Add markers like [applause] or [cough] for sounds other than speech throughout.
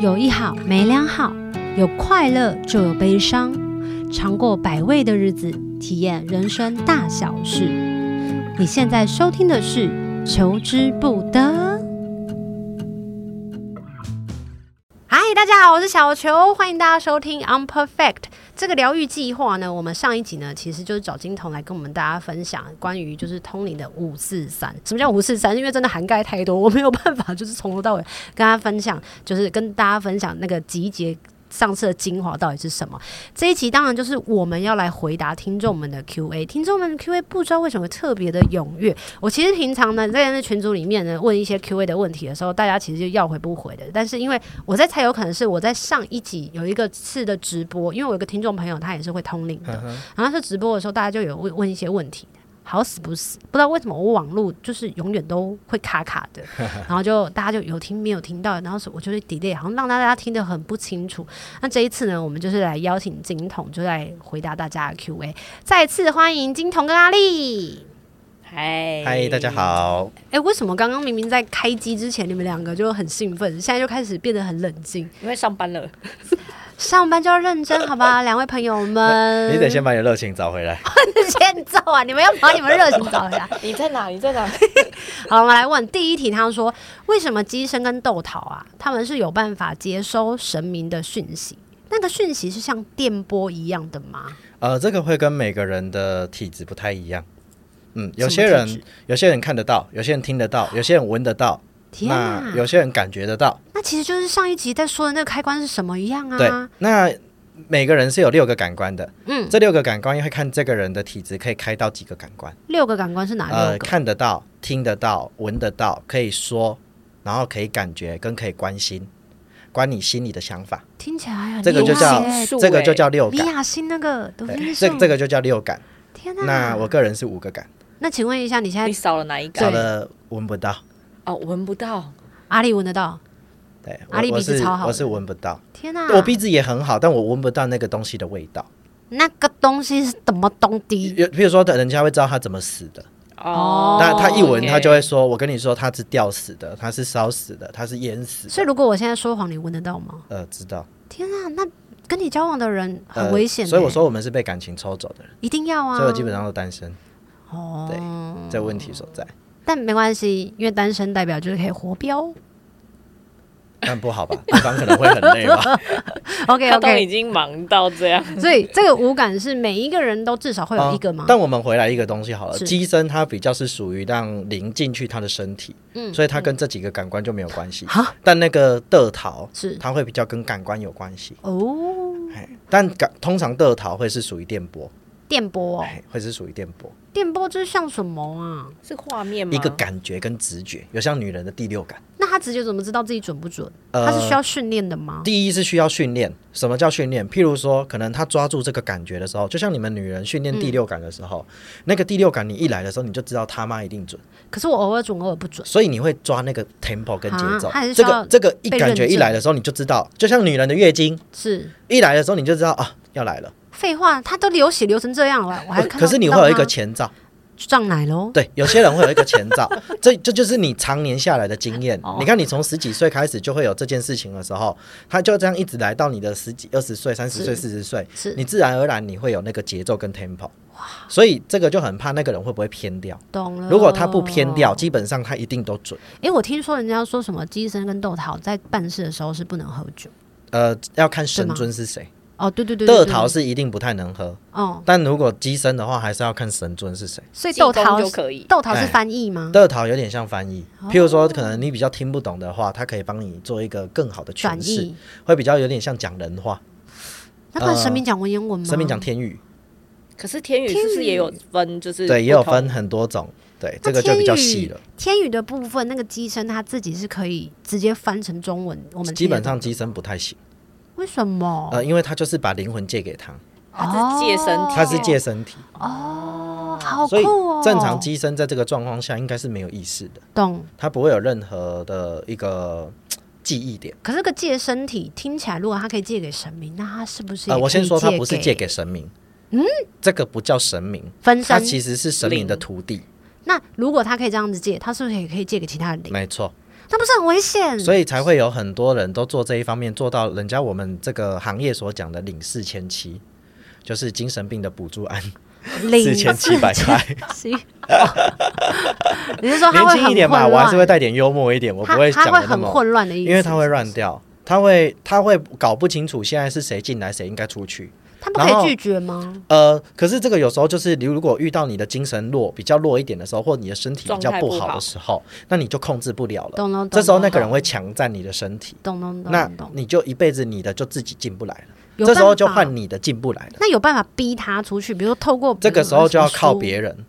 有一好没两好，有快乐就有悲伤，尝过百味的日子，体验人生大小事。你现在收听的是《求之不得》。嗨，大家好，我是小球，欢迎大家收听《Unperfect》这个疗愈计划呢。我们上一集呢，其实就是找金童来跟我们大家分享关于就是通灵的五四三。什么叫五四三？因为真的涵盖太多，我没有办法就是从头到尾跟大家分享，就是跟大家分享那个集结。上次的精华到底是什么？这一集当然就是我们要来回答听众们的 Q&A。听众们的 Q&A 不知道为什么特别的踊跃。我其实平常呢在那群组里面呢问一些 Q&A 的问题的时候，大家其实就要回不回的。但是因为我在猜，有可能是我在上一集有一个次的直播，因为我有一个听众朋友他也是会通灵的，嗯哼然后是直播的时候，大家就有问问一些问题，好死不死，不知道为什么我网络就是永远都会卡卡 [laughs] 的，然后就大家就有听没有听到，然后是我就会 delay，好像让大家听得很不清楚。那这一次呢，我们就是来邀请金童，就来回答大家的 Q&A。再次欢迎金童跟阿丽。嗨嗨，大家。好。哎，为什么刚刚明明在开机之前你们两个就很兴奋，现在就开始变得很冷静？因为上班了，上班就要认真，好吧，两位朋友们。 [laughs] 你得先把你的热情找回来。 [laughs] 先走啊！你们要把你们热情找回来。你在哪？你在哪？好，我们来问第一题，他说为什么鸡生跟豆桃啊，他们是有办法接收神明的讯息？那个讯息是像电波一样的吗？呃，这个会跟每个人的体质不太一样。嗯，有什么些体质啊人有些人看得到，有些人听得到，有些人闻得到，天啊那，有些人感觉得到。那其实就是上一集在说的那个开关是什么一样对啊？，那每个人是有六个感官的。嗯，这六个感官会看这个人的体质可以开到几个感官。六个感官是哪呃，六个？看得到、听得到、闻得到，可以说，然后可以感觉，跟可以关心，关你心里的想法。听起来很 [laughs] 这个就叫厉害耶数这个欸就叫六米感。雅星那个读对，心这术，这个就叫六感。天哪！那我个人是五个感，那请问一下，你现在你少了哪一个？少了闻不到。哦，闻不到。阿里闻得到？对，阿力我我鼻子是超好我是的闻不到，天啊哪！我鼻子也很好，但我闻不到那个东西的味道。那个东西是什么东西？有，比如说人家会知道他怎么死的，嗯哦那他一闻 OK 他就会说：“我跟你说，他是吊死的，他是烧死的，他是淹死所以的。如果我现在说谎，你闻得到吗？”呃，知道，天啊，那跟你交往的人呃很危险、欸所以我说我们是被感情抽走的人，一定要啊。所以我基本上都单身，哦，这问题所在。但没关系，因为单身代表就是可以活 [laughs] 标。但不好吧， [laughs] 对方可能会很累吧。 OK 他都已 OK，经忙到这样，所以这个五感是每一个人都至少会 [laughs] 有一个吗？嗯但我们回来一个东西好了，是机身它比较是属于让灵进去他的身体，嗯所以它跟这几个感官就没有关系。哈但那个的桃是它会比较跟感官有关系。哦，哎，但感通常的桃会是属于电波，电波哦，哎，会是属于电波，电波这像什么啊？是画面吗？一个感觉跟直觉，有像女人的第六感。那他直觉怎么知道自己准不准？呃他是需要训练的吗？第一是需要训练，什么叫训练？譬如说，可能她抓住这个感觉的时候，就像你们女人训练嗯第六感的时候，那个第六感你一来的时候，你就知道他妈一定准，可是我偶尔准，偶尔不准。所以你会抓那个 tempo 跟节奏。啊她还是需这要个这个一被感觉认证一来的时候，你就知道，就像女人的月经是一来的时候，你就知道啊要来了。废话，他都流血流成这样了，我还看到可是你会有一到个她前兆。胀奶喽。 [laughs] 对，有些人会有一个前兆， [laughs] 这这就是你常年下来的经验。哦你看，你从十几岁开始就会有这件事情的时候，他就这样一直来到你的十几、二十岁、三十岁、四十岁是，你自然而然你会有那个节奏跟 tempo。所以这个就很怕那个人会不会偏掉。懂了。如果他不偏掉，基本上他一定都准。诶，我听说人家说什么鸡生跟豆桃在办事的时候是不能喝酒。呃，要看神是吗尊是谁，哦，对对对对乐对桃是一定不太能喝，哦，但如果鸡生的话，还是要看神尊是谁。所以进豆攻桃就是可以。豆桃是哎翻译吗？乐桃有点像翻译，哦譬如说，可能你比较听不懂的话，他可以帮你做一个更好的转诠释。译？会比较有点像讲人话，那不然神呃明讲文言文吗？神明讲天语，可是天宇是不是也有分？就是对，也有不同分。很多种，对，那这个就比较细了。天语的部分，那个机身他自己是可以直接翻成中文，我们哦基听得本上懂机身不太行，为什么？呃，因为他就是把灵魂借给他，他是借身体，他是借身体，哦，好酷所以哦！正常机身在这个状况下应该是没有意识的，懂，他不会有任何的一个嘖记忆点。可是个借身体听起来，如果他可以借给神明，那他是不是也呃，可以我先说他不是借给给神明，嗯，这个不叫神明，分他身？其实是神明的徒弟，那如果他可以这样子借，他是不是也可以借给其他人领？没错。那不是很危险？所以才会有很多人都做这一方面，做到人家我们这个行业所讲的领事前期，就是精神病的补助案，领四千七百块。七， [laughs] 你是说 [laughs] 他年会很轻一点嘛，混我还是会乱带点幽默一点，我不他他讲会的那很么，混乱的意思，因为他会乱掉，他会他会搞不清楚现在是谁进来，谁应该出去。他不可然以后拒绝吗？呃，可是这个有时候就是，你如果遇到你的精神弱、比较弱一点的时候，或你的身体比较状态不不好好的时候，那你就控制不了了。懂了，懂这时候那了个人会强占你的身体，懂懂懂那懂懂，你就一辈子你的就自己进不来了。有这时候办就法换你的进不来了。那有办法逼他出去，比如说透过这个时候就要靠，比别人，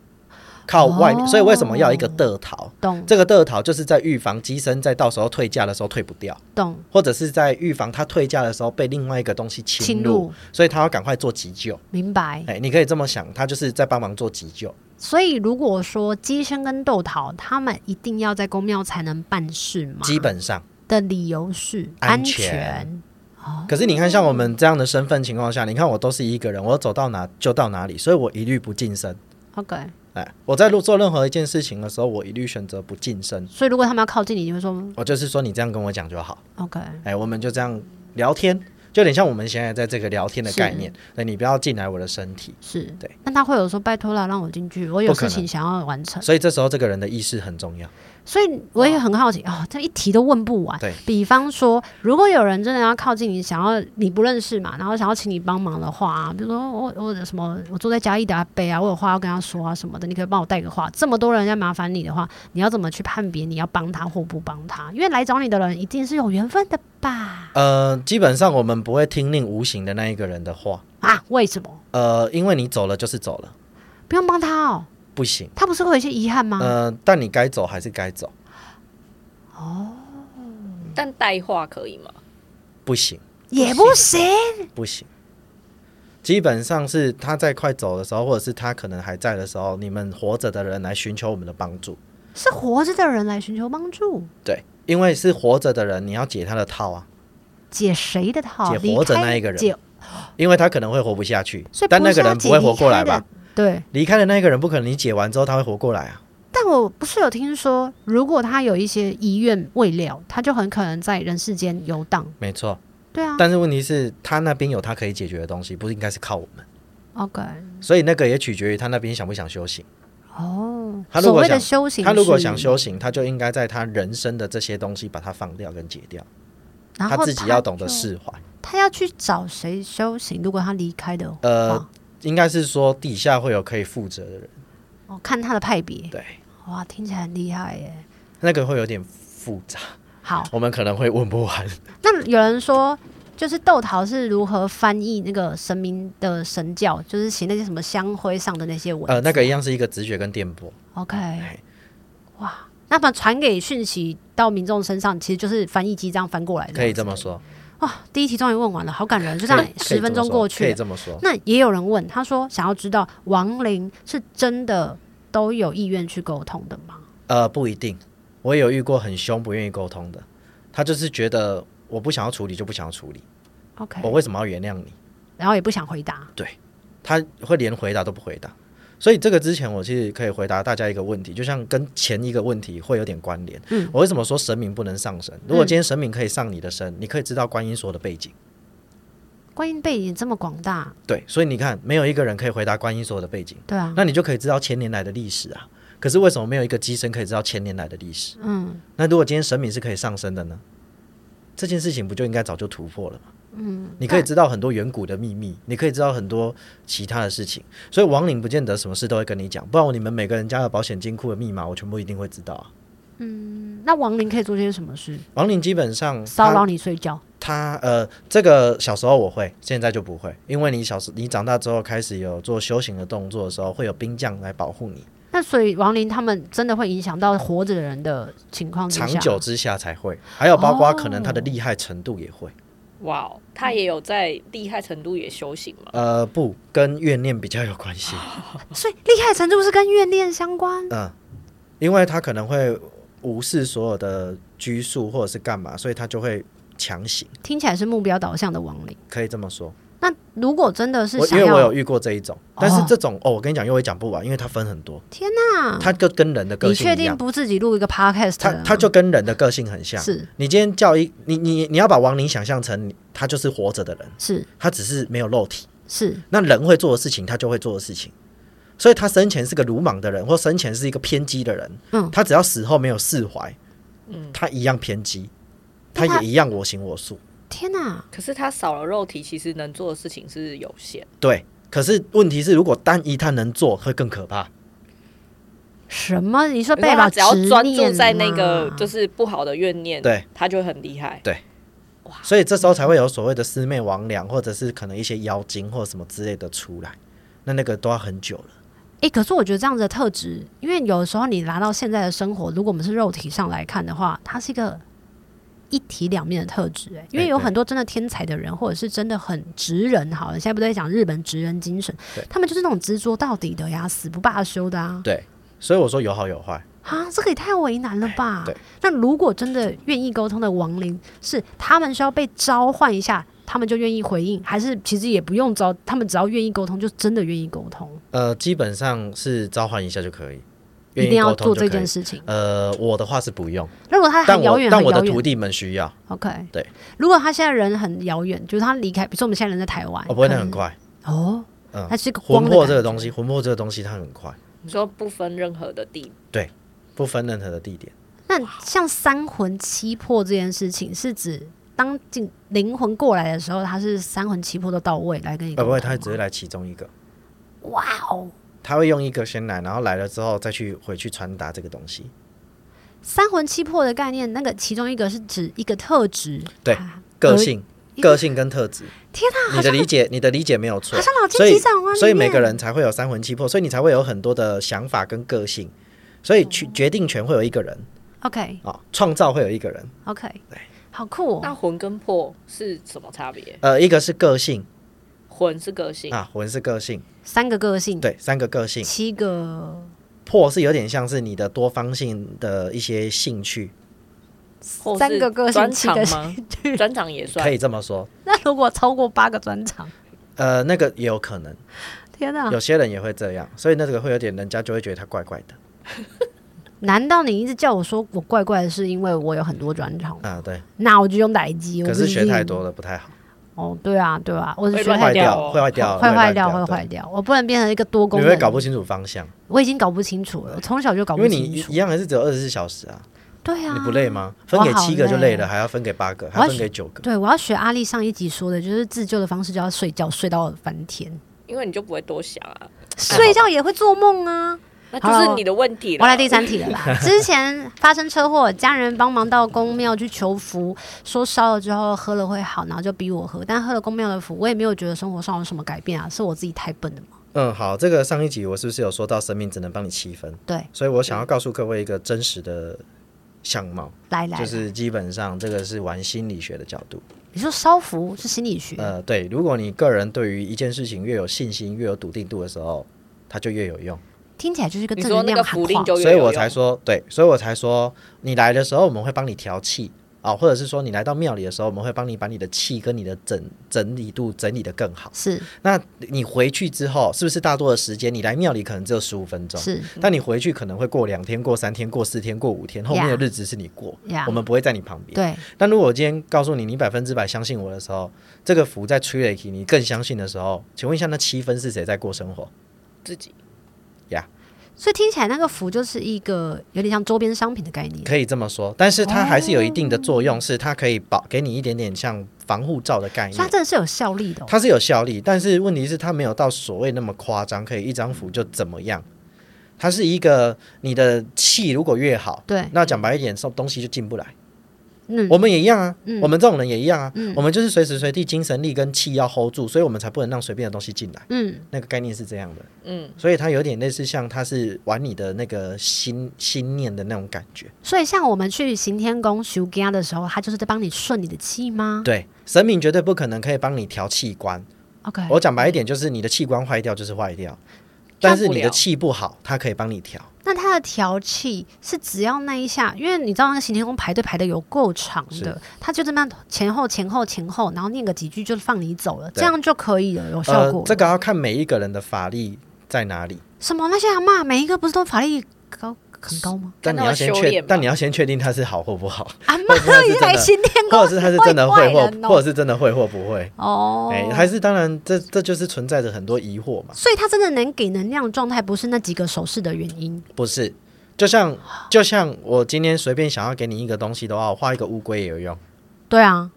靠外面。所以为什么要有一个得逃？如说什么书这个得逃就是在预防机身在到时候退价的时候退不掉，懂懂或者是在预防它退价的时候被另外一个东西侵侵入，入，嗯所以他要赶快做急救。明白。哎，你可以这么想，他就是在帮忙做急救。所以如果说鸡生跟豆桃，他们一定要在公庙才能办事嘛，基本上，的理由是安安全全。哦可是你看，像我们这样的身份情况下，你看我都是一个人，我走到哪就到哪里，所以我一律不近身。 OK，哎，我在做任何一件事情的时候，我一律选择不近身。所以如果他们要靠近你，你会说嗯我就是说，你这样跟我讲就好。 OK，哎，我们就这样聊天，就有点像我们现在在这个聊天的概念。对，你不要进来我的身体。是对。那他会有说拜托了，让我进去，我有不可事能情想要完成。所以这时候这个人的意识很重要。所以我也很好奇哦，这一题都问不完。啊对，比方说，如果有人真的要靠近你，想要你不认识嘛，然后想要请你帮忙的话、啊，比如说我我有什么，我坐在嘉义的阿伯啊，我有话要跟他说啊什么的，你可以帮我带个话。这么多人在麻烦你的话，你要怎么去判别你要帮他或不帮他？因为来找你的人一定是有缘分的吧？呃，基本上我们不会听令无形的那一个人的话。啊，为什么呃，因为你走了就是走了，不用帮他哦？不行。他不是会有一些遗憾吗？呃，但你该走还是该走，但代话可以吗？不行。也不行，不行。基本上是他在快走的时候，或者是他可能还在的时候，你们活着的人来寻求我们的帮助。是活着的人来寻求帮助，对，因为是活着的人，你要解他的套啊，解谁的套？解活着离开那一个人解因为他可能会活不下去所以，但那是要个人不解会离活过来开的吧？？对，离开的那个人不可能，你解完之后他会活过来啊。但我不是有听说，如果他有一些遗愿未了，他就很可能在人世间游荡。没错，对啊但是问题是，他那边有他可以解决的东西，不应该是靠我们。哦，OK，所以那个也取决于他那边想不想修行。哦，他如所果谓的想修行，他如果想，修行，他就应该在他人生的这些东西把它放掉跟解掉，然他后自己要懂得就，释怀。他要去找谁修行？如果他离开的话，呃，应该是说底下会有可以负责的人，哦，看他的派别，对，哇，听起来很厉害耶。那个会有点复 [laughs] 杂，好，我们可能会问不完。那有人说，就是豆桃是如何翻译那个神明的神教，就是写那些什么香灰上的那些文字，呃，那个一样是一个直觉跟电波， OK，哇，那么传给讯息到民众身上，其实就是翻译机这样翻过来的。可以这么说，哇，第一题终于问完了，好感人，就这可样以可以十分这么钟说过可去以。这么说。那也有人问，他说想要知道亡灵是真的都有意愿去沟通的吗？呃，不一定，我有遇过很凶不愿意沟通的，他就是觉得我不想要处理就不想要处理， OK，我为什么要原谅你？然后也不想回答。他会连回答都不回答。所以这个之前，我其实可以回答大家一个问题，就像跟前一个问题会有点关联。嗯我为什么说神明不能上身？如果今天神明可以上你的身，你可以知道观音说的背景。观音背景这么广大，对，所以你看，没有一个人可以回答观音所有的背景，对啊，那你就可以知道千年来的历史啊。可是为什么没有一个机身可以知道千年来的历史？嗯，那如果今天神明是可以上升的呢？这件事情不就应该早就突破了吗？嗯，你可以知道很多远古的秘密，你可以知道很多其他的事情，所以亡灵不见得什么事都会跟你讲，不然你们每个人家的保险金库的密码，我全部一定会知道啊。那亡灵可以做些什么事？亡灵基本上骚他扰你睡觉，他呃，这个小时候我会，现在就不会，因为你小时你长大之后开始有做修行的动作的时候，会有兵将来保护你，那所以亡灵他们真的会影响到活着的人的情况之下长久之下才会，还有包括可能他的厉害程度也会。哇哦，他也有在厉害程度也修行嘛？呃，不，跟怨念比较有关系，所以厉害程度是跟怨念相关。嗯，因为他可能会无视所有的拘束或者是干嘛，所以他就会强行，听起来是目标导向的亡灵。可以这么说。那如果真的是我因想为要，我有遇过这一种，但是哦这种哦，我跟你讲，又会讲不完，因为它分很多，天哪、它就跟人的个嗯你性确一定样，不自己录一个 podcast？它了它就跟人的个性很像。是你今天叫一你你你要把亡灵想象成他就是活着的人，是他只是没有肉体，是，那人会做的事情，他就会做的事情。所以他生前是个鲁莽的人，或生前是一个偏激的人，嗯他只要死后没有释怀，他一样偏激，他但他也一样我行我素。天哪、可是他少了肉体，其实能做的事情是有限。对，可是问题是，如果单一他能做，会更可怕。什么？你说你知道贝宝他只要专注在那个就是是不好的怨念，对，他就很厉害。所以这时候才会有所谓的魑魅魍魉，或者是可能一些妖精或者什么之类的出来。那那个都要很久了。哎、可是我觉得这样子的特质，因为有的时候你拿到现在的生活，如果我们是肉体上来看的话，它是一个一体两面的特质、哎，因为对有对很多真的天才的人，或者是真的很直人，好了，现在不都在讲日本直人精神对，他们就是那种执着到底的呀，死不罢休的啊。对，所以我说有好有坏。啊，这个也太为难了吧？对。那如果真的愿意沟通的亡灵，是他们需要被召唤一下，他们就愿意回应，还是其实也不用召，他们只要愿意沟通，就真的愿意沟通，呃，基本上是召唤一下就可以，一愿定意要沟通做这就可以件。事情。呃，我的话是不用，那如果他但很遥我远，但很我的遥徒远弟们需要， ，OK，对。如果他现在人很遥远，就是他离开，比如说我们现在人在台湾，啊我不会那可很能快。哦，嗯它是一个哎光魂的魄感这个觉东西，魂魄这个东西它很快，你说不分任何的地，不分任何的地点。那像三魂七魄这件事情，是指当进灵魂过来的时候，他是三魂七魄都到位来跟你沟通呃，不吗，会，它只会来其中一个，哇哦。他会用一个先来，然后来了之后再去回去传达这个东西。三魂七魄的概念，那个其中一个是指一个特质，对啊个，性、一个个性跟特质，天哪，你的理解，你的理解没有错好。像老金所以机长啊，所以里面每个人才会有三魂七魄，所以你才会有很多的想法跟个性，所以哦决决定权会有一个人 OK 啊，创、造会有一个人， OK，好酷那哦，魂跟魄是什么差别？呃，一个是个性魂是个性，啊，魂是个性，三个个性，，对，三个个性，七个魄是有点像是你的多方性的一些兴趣，或三是个个性专七个长兴吗？ [laughs] 专长也可算。以这么说， [laughs] 那如果超过八个专场，呃，那个也有可能，天哪，有些人也会这样，所以那个会有点，人家就会觉得他怪怪的难道你一直叫我说我怪怪的是因为我有很多专哦场？啊，对，那我就用奶机，我可不是学太硬多了不太好，哦，对啊，对啊，我是会学乱太坏掉多。哦会坏掉，会坏坏掉，会对坏掉，我不能变成一个多功你能。会搞不清楚方向，我已经搞不清楚了，我从小就搞因不为你清一楚一。样还是只有二十四小时啊，对啊，你不累吗？分我给好七个就累累了，还要分给八个，我啊还要要分给九个。对，我要学阿丽上一集说的，就是自救的方式就要睡觉，睡到翻天，因为你就不会多想啊，睡觉也会做梦啊。那好就了是你的问题了。我来第三题了啦。之前发生车祸，家人帮忙到公庙去求福，说烧了之后喝了会好，然后就逼我喝，但喝了公庙的福，我也没有觉得生活上有什么改变啊，是我自己太笨了嘛？嗯，好，这个上一集我是不是有说到生命只能帮你七分？对，所以我想要告诉各位一个真实的相貌，来来，就是基本上这个是玩心理学的角度。你说烧福是心理学，呃，对，如果你个人对于一件事情越有信心、越有笃定度的时候，它就越有用。听起来就是一个你正说能那量个喊福话令。就越所以有用我才说，对，所以我才说，你来的时候我们会帮你调气啊、或者是说你来到庙里的时候，我们会帮你把你的气跟你的整整理度整理的更好。是那你回去之后，是不是大多的时间你来庙里可能只有十五分钟？是但你回去可能会过两天、过三天、过四天、过五天，后面的 Yeah 日子是你过 Yeah 我们不会在你旁边。对，但如果我今天告诉你，你百分之百相信我的时候，这个福在吹雷起，你更相信的时候，请问一下，那七分是谁在过生活？自己所以听起来那个福就是一个有点像周边商品的概念。可以这么说，但是它还是有一定的作哦用，是它可以保给你一点点像防护罩的概所以它念。真的是有效力的、哦，它是有效力，但是问题是它没有到所谓那么夸张，可以一张符就怎么样。它是一个你的气如果越好，对那讲白一点，东东西就进不来。嗯，我们也一样啊，嗯我们这种人也一样啊，我们就是随时随地精神力跟气要 hold 住，所以我们才不能让随便的东西进来。嗯，那个概念是这样的，嗯，所以它有点类似像它是玩你的那个心心念的那种感觉。所以像我们去行天宫修家的时候，他就是在帮你顺你的气吗对，神明绝对不可能可以帮你调器官。 ？OK，我讲白一点，就是你的器官坏掉就是坏掉，但是你不的了气不好，它可以帮你调。那它的调气是只要那一下，因为你知道那个行天宫排队排的有够长的是，它就这么样前后前后前后，然后念个几句就放你走了，对这样就可以了，有哦效果呃了、，这个要看每一个人的法力在哪里，什么那些阿嬷每一个不是都法力高很高吗？但你要先修确炼，吧但你要先确定它是好或 [laughs] [laughs] 不好，阿或者是它嬷是也真来的，行天宫，或者是它是真的会坏或人哦或者是真的会或不会。哦，哎、还是当然这，这就是存在着很多疑惑嘛。所以它真的能给能量的状态，不是那几个手势的原因。不是，就像就像我今天随便想要给你一个东西的话，我画一个乌龟也有用，对啊，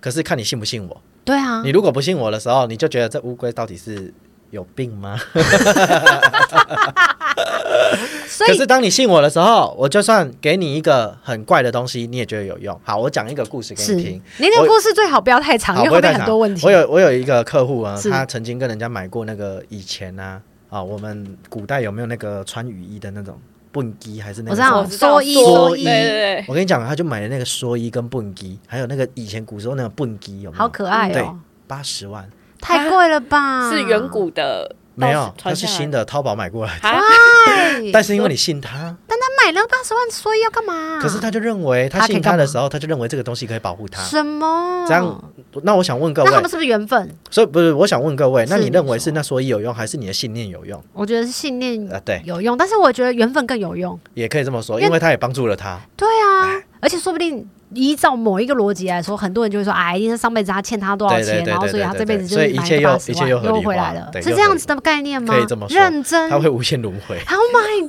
可是看你信不信我。对啊你，如果不信我的时候，你就觉得这乌龟到底是有病吗？所可以是当你信我的时候，我就算给你一个很怪的东西，你也觉得有用。好，我讲一个故事给是你听。你那个故事最好不要太长，因好，为不后会太面长很多问题。我有我有一个客户啊，是他曾经跟人家买过那个以前啊啊，我们古代有没有那个穿雨衣的那种蹦衣，还是我那个知什么道我知道缩衣缩衣对对哎对，我跟你讲，他就买了那个蓑衣跟蹦机，还有那个以前古时候那个蹦机，有没有？好可爱对哦，八十万太贵了吧？是远古的，没有，它传是下来新的，淘宝买过来。啊，对，但是因为你信他，他哎买了八十万，所以要干嘛？可是他就认为他他可以信干嘛他的时候，他就认为这个东西可以保护他。什么？这样，那我想问各那位他，们是不是缘分？所以不是我想问各位，那是你认为你说是那蓑衣有用，还是你的信念有用？我觉得是信念啊，对，有用，但是我觉得缘分更有用。也可以这么说，嗯因为因为他也帮助了他。对哎啊，而且说不定依照某一个逻辑来说，很多人就会说，哎，因为上辈子他欠他多少对对钱，对然后对所以对他对这辈对子就所是以一买切了又八十一万，切又合理回化来了，对是又这样合子的概念吗？可以这么说认真。他会无限轮回。 [laughs] Oh my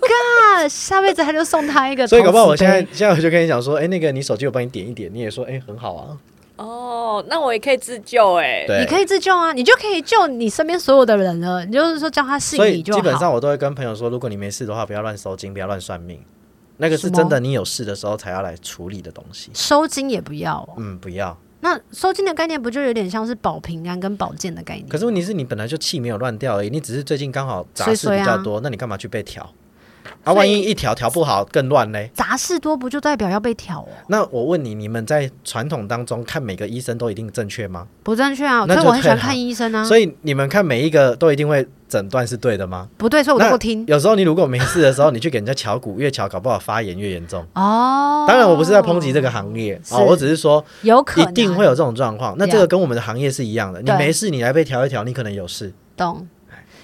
god！下辈子他就送他一个陶瓷杯，所以搞不好我现在现在我就跟你讲说，哎，那个你手机我帮你点一点，你也说，哎，很好啊。哦，那我也可以自救哎，对，你可以自救啊，你就可以救你身边所有的人了。你就是说叫他信所以你就好。基本上我都会跟朋友说，如果你没事的话，不要乱收金，不要乱算命，那个是真什么的，你有事的时候才要来处理的东西。收金也不要、哦，嗯，不要。那收金的概念不就有点像是保平安跟保健的概念？可是问题是你本来就气没有乱掉而已，你只是最近刚好杂随事随比较啊多，那你干嘛去被调？所啊，以万一一调调不好更乱嘞。杂事多不就代表要被挑哦？那我问你，你们在传统当中看每个医生都一定正确吗？不正确啊，所那就以我很喜欢退了看医生啊。所以你们看每一个都一定会诊断是对的吗？不对，所以我都不听。有时候你如果没事的时候，你去给人家敲鼓，越敲搞不好发炎越严重。 [laughs] 哦，当然，我不是在抨击这个行业是啊、我只是说有可一能啊定会有这种状况。那这对啊个跟我们的行业是一样的，你对没事你来被调一调，你可能有事。懂。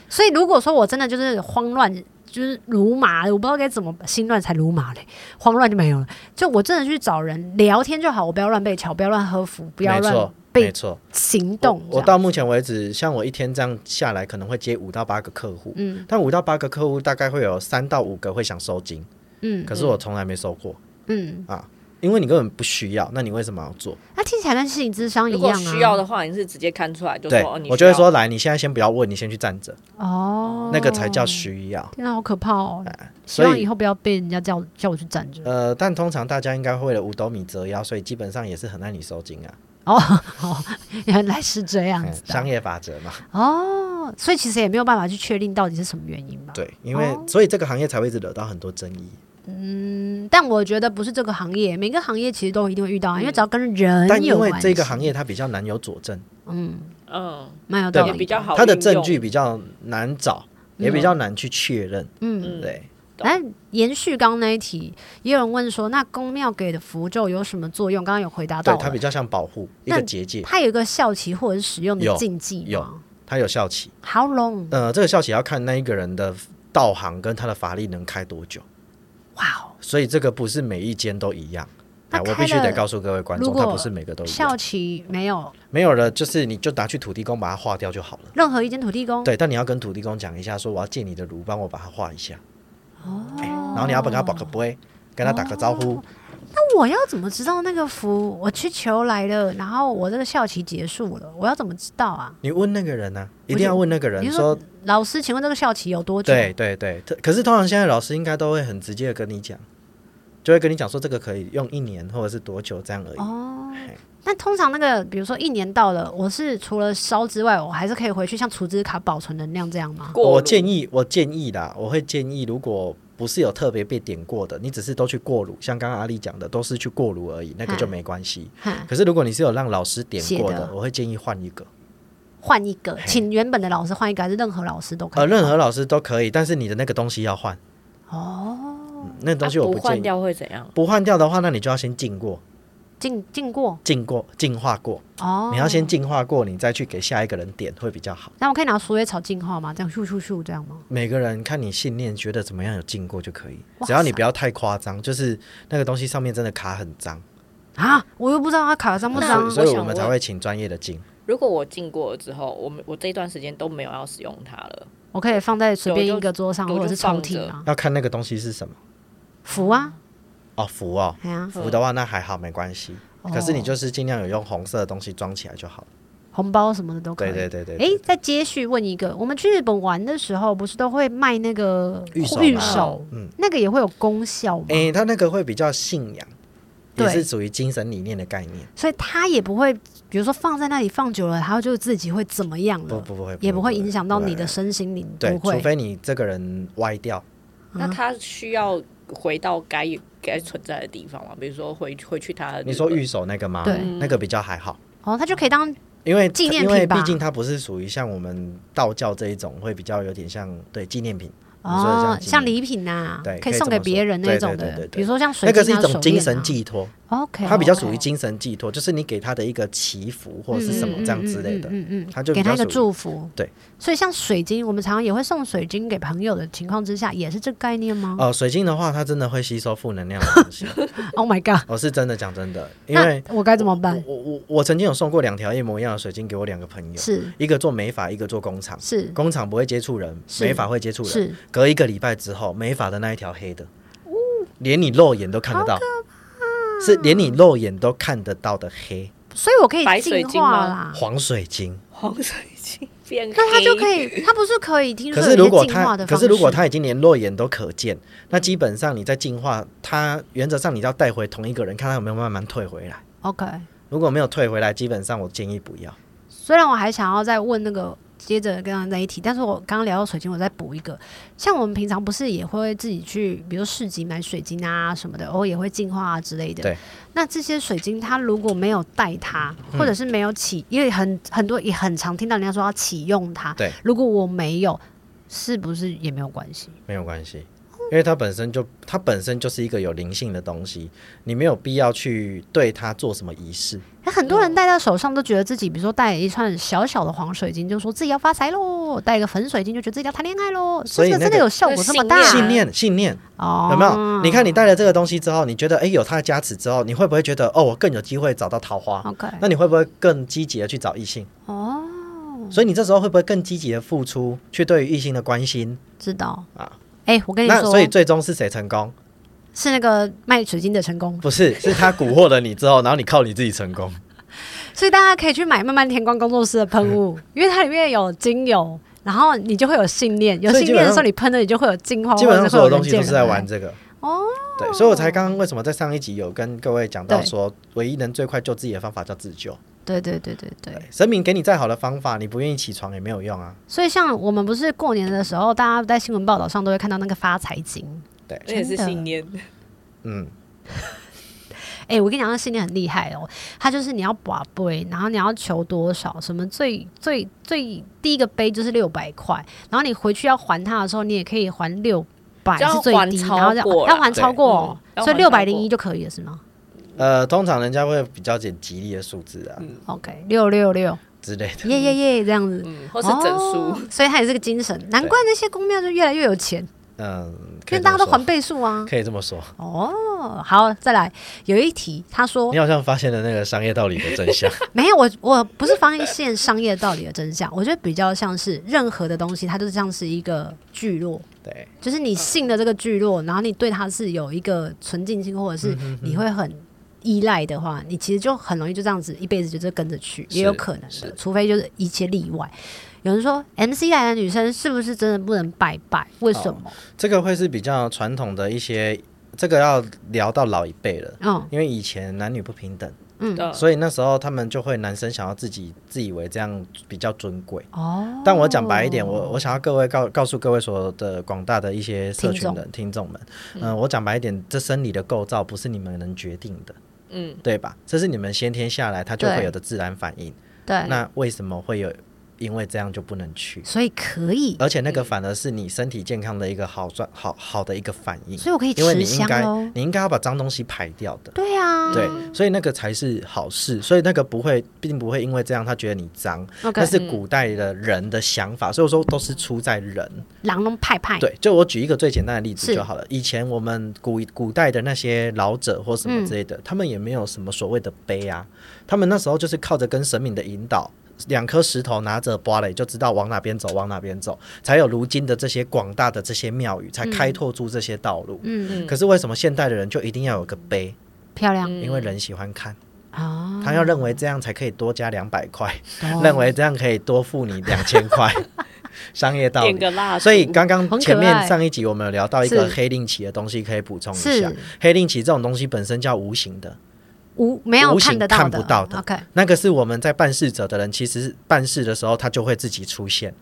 所以如果说我真的就是慌乱，就是如麻，我不知道该怎么心乱才如麻嘞，慌乱就没有了。就我真的去找人聊天就好，我不要乱被敲，不要乱喝服，不要没乱错，被没错。行我动这我样到目前为止，像我一天这样下来，可能会接五到八个客户，嗯但五到八个客户大概会有三到五个会想收金，嗯可是我从来没收过，嗯，因为你根本不需要，那你为什么要做？那听起来跟心理智商一如果样啊。需要的话，你是直接看出来就对说，哦你我需就会要说，来，你现在先不要问，你先去站着，哦，那个才叫需要。天啊，好可怕哦！希所以望以后不要被人家叫叫我去站 [laughs] 着。呃，但通常大家应该会为了五斗米折腰，所以基本上也是很爱你收金啊，哦，好，原来是这样嗯子的商业法则嘛。哦，所以其实也没有办法去确定到底是什么原因吧。对，因为、哦所以这个行业才会一直惹到很多争议。嗯，但我觉得不是这个行业，每个行业其实都一定会遇到啊，因为只要跟人嗯但因有为关这个系行业它比较难有佐证，嗯，蛮有道也理比的。较好运用，它的证据比较难找，也比较难去确认。嗯，嗯，对，来延续刚刚那一题，也有人问说，那宫庙给的符咒有什么作用？刚刚有回答到对，了，它比较像保护一那个结界，它有一个效期或者是使用的有禁忌有吗它有效期。 ？How long？呃，这个效期要看那一个人的道行跟他的法力能开多久，哇哦，所以这个不是每一间都一样。那哎，我必须开了得告诉各位观如众，果它不是每个都一效样。期没有，没有了，就是你就拿去土地公把它化掉就好了。任何一间土地公对，但你要跟土地公讲一下，说我要借你的炉，帮我把它画一下。哦、然后你要帮他保个杯，跟他打个招呼。那我要怎么知道那个符？我去求来了，然后我这个校期结束了，我要怎么知道啊？你问那个人呢、我一就定要问那个人你就说，老师，请问这个校期有多久？对，对对。特可是通常现在老师应该都会很直接的跟你讲，就会跟你讲说这个可以用一年或者是多久这样而已。哦嘿。那通常那个，比如说一年到了，我是除了烧之外，我还是可以回去像储值卡保存能量这样吗？过我路建议，我建议啦，我会建议，如果不是有特别被点过的，你只是都去过炉，像刚刚阿丽讲的，都是去过炉而已，那个就嗯没关系。哈可是如果你是有让老师点写过的的，我会建议换一个。换一个，请原本的老师换一个，还是任何老师都可以？呃，任何老师都可以，但是你的那个东西要换，哦，嗯那个东西啊我不不建换议。掉会怎样？不换掉的话，那你就要先浸过、进进过浸过、净化过。哦，你要先净化过，你再去给下一个人点会比较好。那我可以拿鼠尾草净化吗？这样咻咻咻这样吗？每个人看你信念，觉得怎么样有进过就可以，哇只要你塞不要太夸张，就是那个东西上面真的卡很脏，啊，我又不知道它卡得脏不所那脏以所以我我们想才问会请专业的进。如果我进过了之后，我们我这一段时间都没有要使用它了，我可以放在随便对我一就个桌上我或者就是抽放屉着啊，要看那个东西是什么符啊，哦，符哦，哎呀，符的话那还好没关系，哦可是你就是尽量有用红色的东西装起来就好了。红包什么的都可以。对对对对，哎对，再接续问一个，我们去日本玩的时候，不是都会卖那个玉手玉嘛手嗯，那个也会有功效吗？诶，它那个会比较信仰，也对是属于精神理念的概念。所以它也不会，比如说放在那里放久了，它就自己会怎么样不了，不不会，也不会影响到你的不身心灵，会。不对，除会。非你这个人歪掉，那它需要回到该该存在的地方吗？比如说回回去它的日本，你说玉手那个吗？对那个比较还好，哦，它就可以当因为纪念因品为毕吧竟它不是属于像我们道教这一种，会比较有点像对纪念品。你说的哦，纪念像礼品呐、对可以可以送给这么说别人那对种对对的对，对比如说像水那晶个啊、是一种手精链神啊。寄托， OK，它比较 OK 属于精神寄托，就是你给他的一个祈福或者是什么嗯这样之类的嗯，嗯嗯嗯嗯它就给比他一个较属于祝福。对，所以像水晶，我们常常也会送水晶给朋友的情况之下，也是这个概念吗、呃，水晶的话，它真的会吸收负能量的东 [laughs] 西。 o h Oh my god！我是真的讲真的，因那为我该怎么办？我我我曾经有送过两条一模一样的水晶给我两个朋友，是一个做美发，一个做工厂。是工厂不会接触人，是美发会接触人。是，隔一个礼拜之后，美发的那一条黑的，连你肉眼都看得到，是连你肉眼都看得到的黑所以我可以白水进晶化吗啦。黄水晶。黄水晶变黑，那它就可以，它不是可以听可说是有一些如果进化它，的可方是式？如果它已经连肉眼都可见，那基本上你在进化，它原则上你要带回同一个人，看他有没有慢慢退回来。 OK，如果没有退回来，基本上我建议不要。虽然我还想要再问那个接着跟他在一起，但是我刚刚聊到水晶，我再补一个。像我们平常不是也会自己去，比如市集买水晶啊什么的，偶尔也会净化啊之类的。对。那这些水晶，它如果没有带它，嗯或者是没有启，因为很很多也很常听到人家说要启用它。对。如果我没有，是不是也没有关系？没有关系，因为它本身就它本身就是一个有灵性的东西，你没有必要去对它做什么仪式。那很多人戴到手上都觉得自己，比如说戴了一串小小的黄水晶，就说自己要发财喽；戴一个粉水晶，就觉得自己要谈恋爱喽。所以这个真那的个有效果这么大？那信念，信念哦，有没有？你看你带了这个东西之后，你觉得诶哎有它的加持之后，你会不会觉得哦，我更有机会找到桃花？ OK，那你会不会更积极的去找异性？哦，所以你这时候会不会更积极的付出，去对于异性的关心？知道啊。哎、我跟你那说，所以最终是谁成功？是那个卖水晶的成功，不是，是他蛊惑了你之后，然后你靠你自己成功。所以大家可以去买慢慢天光工作室的喷雾， [laughs] 因为它里面有精油，然后你就会有信念，有所以信基念本上的时候你喷了，你就会有净化，基本上所或有者东西是会都人是见在人玩爱。这个。哦，对，所以我才刚刚为什么在上一集有跟各位讲到对说，唯一能最快救自己的方法叫自救。对对对对对。对，神明给你再好的方法，你不愿意起床也没有用啊。所以像我们不是过年的时候，大家在新闻报道上都会看到那个发财金。那也真是的哦信念。嗯，哎、我跟你讲，那信念很厉害哦。它就是你要把杯，然后你要求多少，什么最最最第一个杯就是六百块，然后你回去要还他的时候，你也可以还六百就要是最还低，超然后再过啦要还超过哦，对所嗯以要六还百超零一过就可以了，是吗呃，通常人家会比较捡吉利的数字啊、嗯？OK，六六六， [laughs] 之类的。耶耶耶，这样子。嗯，或是整数、哦，所以它也是个精神，难怪那些公庙就越来越有钱，嗯，因可为以大家这都么说还倍数啊。可以这么说。哦，好，再来有一题，他说你好像发现了那个商业道理的真 [laughs] 相。没有，我我不是发现商业道理的真相，我觉得比较像是任何的东西，它就像是一个聚落，对，就是你信的这个聚落，然后你对它是有一个纯净性，或者嗯是你会很依赖的话，你其实就很容易就这样子一辈子就是跟着去，也是有可能的是，除非就是一切例外。有人说 MC 来的女生是不是真的不能拜拜？为什么？这个会是比较传统的一些，这个要聊到老一辈了。嗯，因为以前男女不平等，的，所以那时候他们就会男生想要自己自以为这样比较尊贵。哦，但我讲白一点，我我想要各位告告诉各位所有的广大的一些社群人听众们，嗯、我讲白一点，这生理的构造不是你们能决定的，嗯，对吧？这是你们先天下来它就对会有的自然反应。对，那为什么会有因为这样就不能去，所以可以，而且那个反而是你身体健康的一个好转好好的一个反应，所以我可以因为吃你应香该喽。你应该要把脏东西排掉的。对啊，对，所以那个才是好事，所以那个不会，并不会因为这样他觉得你脏， ，OK，那是古代的人的想法，所以我说都是出在人。狼龙派派，对，就我举一个最简单的例子是就好了。以前我们古古代的那些老者或嗯什么之类的，他们也没有什么所谓的碑啊，他们那时候就是靠着跟神明的引导。两颗石头拿着刮了，就知道往哪边走，往哪边走，才有如今的这些广大的这些庙宇，才开拓出这些道路。嗯，可是为什么现代的人就一定要有个碑？漂亮嗯因为人喜欢看，啊，他要认为这样才可以多加两百块，懂认为这样可以多付你两千 [laughs] 块，商业道理点。个蜡烛，所以刚刚啊很可前面爱上一集我们有聊到一个是黑令旗的东西，可以补充一下是。黑令旗这种东西本身叫无形的，无没有无形看得到看的，不到的 OK，那个是我们在办事者的人，其实办事的时候他就会自己出现。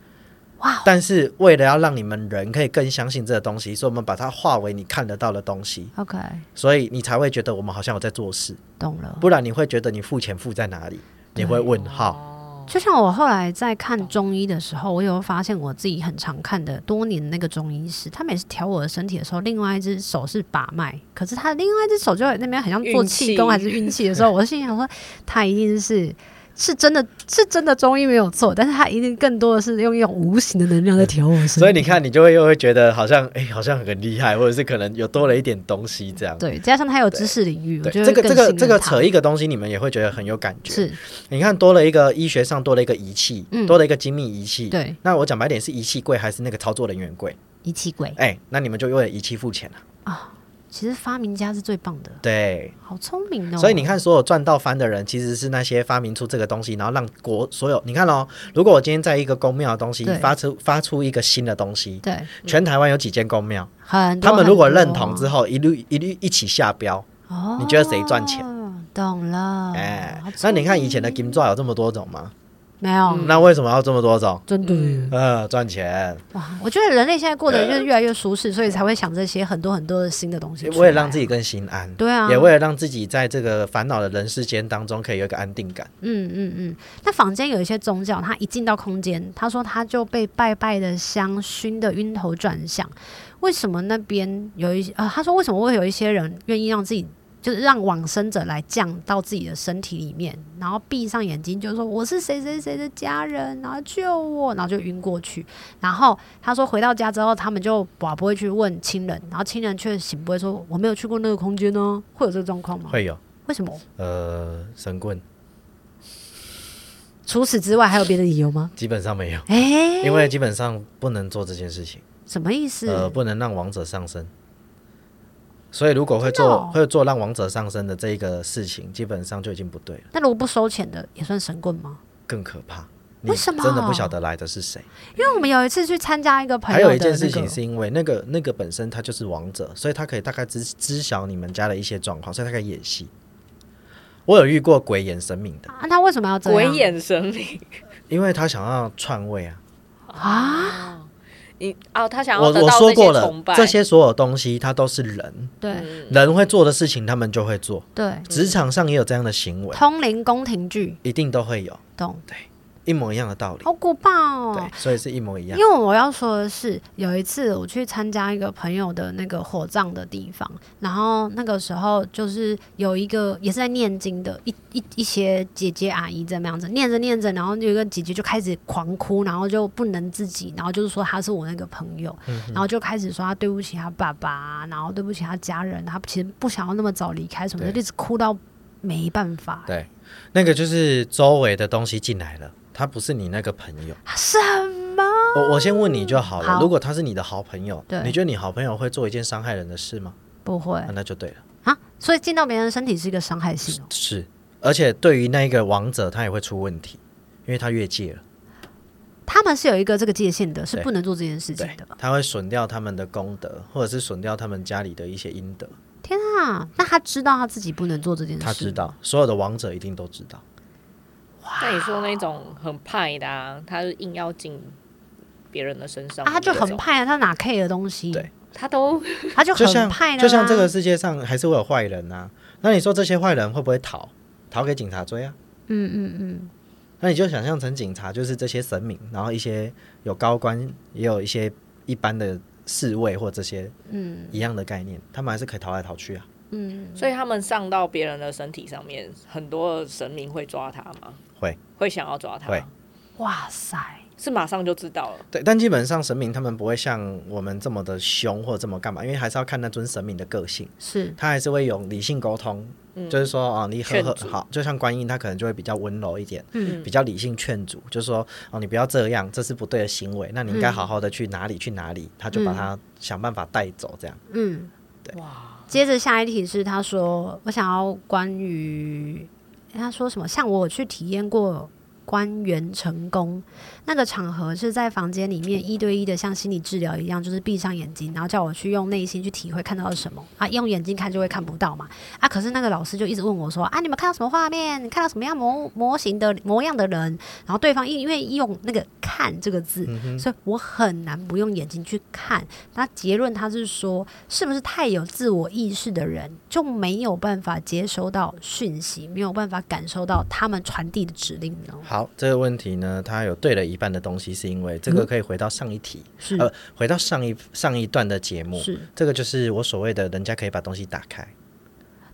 哇，但是为了要让你们人可以更相信这个东西，所以我们把它化为你看得到的东西， OK，所以你才会觉得我们好像有在做事，懂了。不然你会觉得你付钱付在哪里，你会问哦号。就像我后来在看中医的时候，我有发现我自己很常看的多年那个中医师，他每次调我的身体的时候，另外一只手是把脉，可是他另外一只手就在那边很像做气功运气还是运气的时候，我心想说他一定是。是真的， [laughs] 是真的中医没有错，但是他一定更多的是用一种无形的能量在调我的身体。所以你看，你就会又会觉得好像哎、好像很厉害，或者是可能有多了一点东西这样。对，加上他有知识领域，我对，觉得这个更这个信任这个他扯一个东西，你们也会觉得很有感觉。是你看多了一个医学上多了一个仪器，嗯多了一个精密仪器。对那我讲白点是仪器贵还是那个操作人员贵？仪器鬼。哎、那你们就为了仪器付钱了。其实发明家是最棒的，对，好聪明哦。所以你看，所有赚到翻的人其实是那些发明出这个东西，然后让国所有你看哦，如果我今天在一个公庙的东西对发出发出一个新的东西，对全台湾有几间公庙，很多他们如果认同很多之后，一律一律一起下标。哦，你觉得谁赚钱？懂了，哎、哦好聪嗯那你看以前嗯的金钻有这么多种吗？没有？那为什么要这么多种？真的耶呃，赚钱，哇！我觉得人类现在过呃得就是越来越舒适，所以才会想这些很多很多的新的东西出来，为了让自己更心安，对啊，也为了让自己在这个烦恼的人世间当中可以有一个安定感。嗯嗯嗯。那坊间有一些宗教，他一进到空间，他说他就被拜拜的香熏得晕头转向。为什么那边有一些呃，他说为什么会有一些人愿意让自己就是让往生者来降到自己的身体里面，然后闭上眼睛就说我是谁谁谁的家人，然后救我，然后就晕过去。然后他说回到家之后，他们就把不会去问亲人，然后亲人却醒不会说我没有去过那个空间呢，会有这个状况吗？会有为什么？呃神棍，除此之外还有别的理由吗？基本上没有，哎、因为基本上不能做这件事情，什么意思？呃，不能让王者上升。所以如果会真做、的哦会做让王者上升的这一个事情，基本上就已经不对了，那如果不收钱的也算神棍吗？更可怕。为什么你真的不晓得来的是谁？因为我们有一次去参加一个朋还友有的、一那件个，事情是因为那个那个本身他就是王者，所以他可以大概知知晓你们家的一些状况，所以他可以演戏。我有遇过鬼演神明的，啊，他为什么要这样？鬼眼神明因为他想要篡位啊。啊，啊，你哦，他想我要得我到说这过些了崇，拜，嗯这些所有东西他都是人，对人会做的事情他们就会做，对，职场上也有这样的行为，通灵宫廷剧，一定都会有懂？一模一样的道理。好古巴哦对。，所以是一模一样因。为我要说的是，有一次我去参加一个朋友的那个火葬的地方，然后那个时候就是有一个也是在念经的一一一些姐姐阿姨这么样子念着念着，然后有一个姐姐就开始狂哭，然后就不能自己，然后就是说她是我那个朋友，嗯然后就开始说她对不起她爸爸，然后对不起她家人，她其实不想要那么早离开什么的，就对一直哭到没办法。对，那个就是周围的东西进来了，他不是你那个朋友。什么？我我先问你就好了，好如果他是你的好朋友对，你觉得你好朋友会做一件伤害人的事吗？不会啊那就对了，啊！所以进到别人的身体是一个伤害性哦。是。而且对于那一个王者，他也会出问题，因为他越界了，他们是有一个这个界限的，是对不能做这件事情对的。，他会损掉他们的功德，或者是损掉他们家里的一些阴德。天啊，那他知道他自己不能做这件事，他知。道，所有的王者一定都知道。那你说那种很派的啊，他就硬要进别人的身上啊，的那他种，就很派啊，他哪 care 的东西，对他都他就就很像派啊的啦就像这个世界上还是会有坏人啊，那你说这些坏人会不会逃？逃给警察追啊？嗯嗯嗯，那你就想象成警察就是这些神明，然后一些有高官，也有一些一般的侍卫或这些，嗯，一样的概念，他们还是可以逃来逃去啊。所以他们上到别人的身体上面，很多神明会抓他吗？会，会想要抓他会吗，哇塞，是马上就知道了。对，但基本上神明他们不会像我们这么的凶或这么干嘛，因为还是要看那尊神明的个性，是他还是会有理性沟通，就是说啊，你和劝和阻好，就像观音，他可能就会比较温柔一点，比较理性劝阻，就是说哦，你不要这样，这是不对的行为，那你应该好好的去哪里去哪里，他就把他想办法带走，这样嗯，哇，接着下一题是他说我想要关于呃他说什么，像我有去体验过。官员成功那个场合是在房间里面一对一的，像心理治疗一样，就是闭上眼睛，然后叫我去用内心去体会看到了什么啊，用眼睛看就会看不到嘛啊。可是那个老师就一直问我说啊，你们看到什么画面？你看到什么样模模型的模样的人？然后对方因因为用那个“看”这个字，所以我很难不用眼睛去看。那结论他是说，是不是太有自我意识的人就没有办法接收到讯息，没有办法感受到他们传递的指令呢？好，这个问题呢，它有对了一半的东西，是因为这个可以回到上一题，是、呃，回到上一上一段的节目，是，这个就是我所谓的人家可以把东西打开，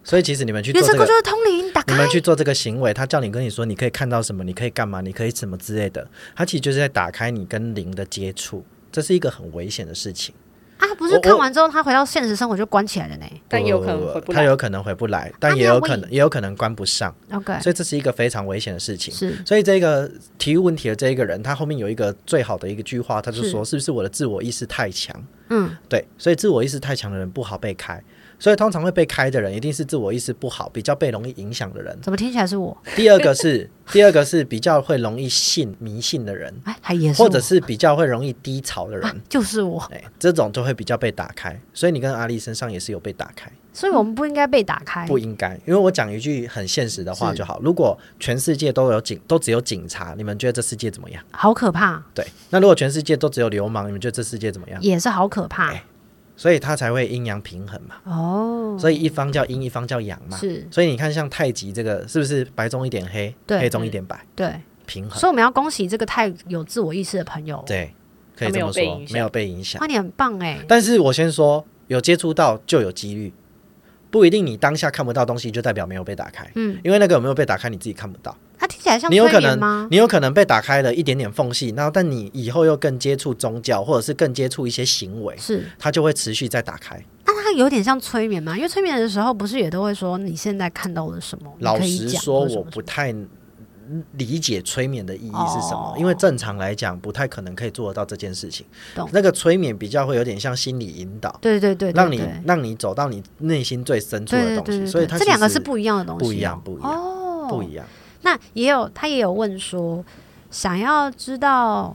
所以其实你们去做原这生个工。就是通灵打你开们去做这个行为，他叫你跟你说你可以看到什么，你可以干嘛，你可以什么之类的，他其实就是在打开你跟灵的接触，这是一个很危险的事情。啊，不是我看我完之后他回到现实生活就关起来了呢但有可能回不他来。啊有可能回不来，但那也有要可为能也有可能关不上， ？OK，所以这是一个非常危险的事情。是所以这个提问题的这一个人，他后面有一个最好的一个句话，他就是说：“是不是我的自我意识太强？”嗯，对，所以自我意识太强的人不好被开，所以通常会被开的人一定是自我意识不好，比较被容易影响的人。怎么听起来是我？第二个是第二个是比较会容易信迷信的人，哎，还也是我或者是比较会容易低潮的人。就是我，哎，这种就会比较被打开，所以你跟阿丽身上也是有被打开。所以我们不应该被打开。不应该，因为我讲一句很现实的话哎是就好。如果全世界都有警，都只有警察，你们觉得这世界怎么样？好可怕，对，那如果全世界都只有流氓，你们觉得这世界怎么样？也是好可怕、嗯哎所以它才会阴阳平衡嘛。哦。所以一方叫阴，一方叫阳嘛。是所以你看，像太极这个，是不是白中一点黑，对黑中一点白，对，平衡？所以我们要恭喜这个太有自我意识的朋友。对，可以他没这么有被说影，响没有被影响哇，。你很棒哎、但是我先说，有接触到就有几率，不一定你当下看不到东西，就代表没有被打开。嗯，因为那个有没有被打开，你自己看不到。它听起来像你有催可眠能吗，？你有可能被打开了一点点缝隙，然后但你以后又更接触宗教，或者是更接触一些行为，是，它就会持续再打开。那它有点像催眠吗？因为催眠的时候不是也都会说你现在看到了什么？你老可以实讲说，或什我么不太理解催眠的意义是什么，哦因为正常来讲，不太可能可以做得到这件事情懂。那个催眠比较会有点像心理引导，对对对对让你对让你走到你内心最深处对的对对东西，对所以对它这两个其实是不一样的东西、不一样，。不一样，哦，不一样。那也有他也有问说，想要知道，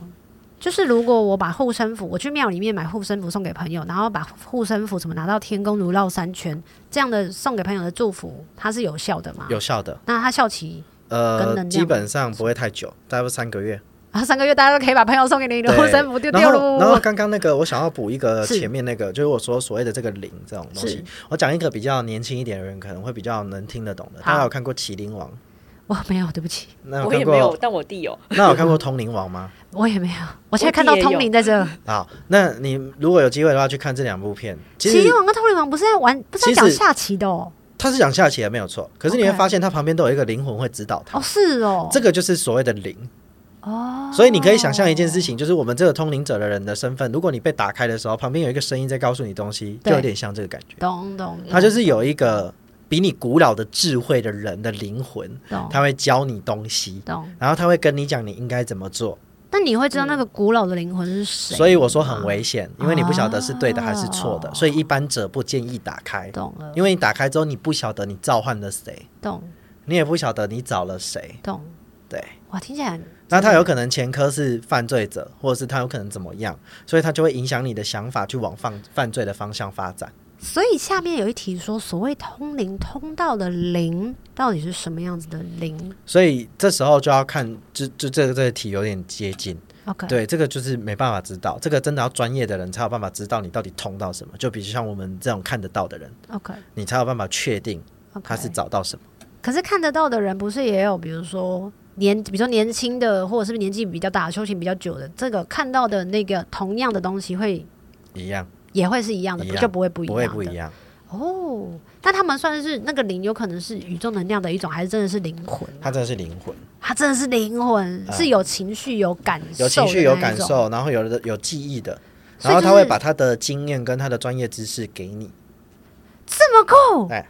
就是如果我把护身符，我去庙里面买护身符送给朋友，然后把护身符怎么拿到天宫如绕三圈这样的送给朋友的祝福，它是有效的吗？有。效的，那它效期啊跟能呃，量基本上不会太久，大概三个月。啊，三个月大家都可以把朋友送给你的对护身符丢然丢后，然后喽。刚刚那个，我想要补一个是前面那个，就是我说所谓的这个零这种东是西。我讲一个比较年轻一点的人可能会比较能听得懂的。好大家有看过《麒麟王》？我没有，对不起，那有我也看没有，过？但我弟有。那有看过《通灵王》吗？ [laughs] 我也没有。我现在看到也有通灵在这，好，那你如果有机会的话，去看这两部片。 [laughs] 其麒实麟王跟通灵王不是在玩，不是在讲其实下棋的哦。它是讲下棋的，没有错。可是你会 OK 发现，它旁边都有一个灵魂会指导它哦，。是哦。这个就是所谓的灵。哦，所以你可以想象一件事情，就是我们这个通灵者的人的身份，如果你被打开的时候，旁边有一个声音在告诉你东西，就对有点像这个感觉。懂懂，他就是有一个比你古老的智慧的人的灵魂，懂他会教你东西，懂。然后他会跟你讲你应该怎么做。但你会知道那个古老的灵魂是谁？所以我说很危险，因为你不晓得是对的还是错的，啊哦所以一般者不建议打开，懂了，因为你打开之后你不晓得你召唤了谁，懂你也不晓得你找了谁，懂。对。哇，听起来很那他有可能前科是犯罪者，或者是他有可能怎么样，所以他就会影响你的想法去往犯犯罪的方向发展。所以下面有一题说，所谓通灵通道的灵到底是什么样子的灵所以这时候就要看，就就这个这个题有点接近。 ？OK，，对，这个就是没办法知道，这个真的要专业的人才有办法知道你到底通到什么。就比如像我们这种看得到的人， ，OK，你才有办法确定 OK 他是找到什么。可是看得到的人不是也有，比如说年，比如说年轻的，或者是年纪比较大、修行比较久的，这个看到的那个同样的东西会一样，也会是一样的，一样就不会不一不样会的。不一样。哦，但他们算是那个灵，有可能是宇宙能量的一种，还是真的是灵魂？它真的是灵魂，它真的是灵魂，啊是有情绪、有感受、有情绪、有感，受，然后有的有记忆的，所以然后就他会是把他的经验跟他的专业知识给你。这么酷。哎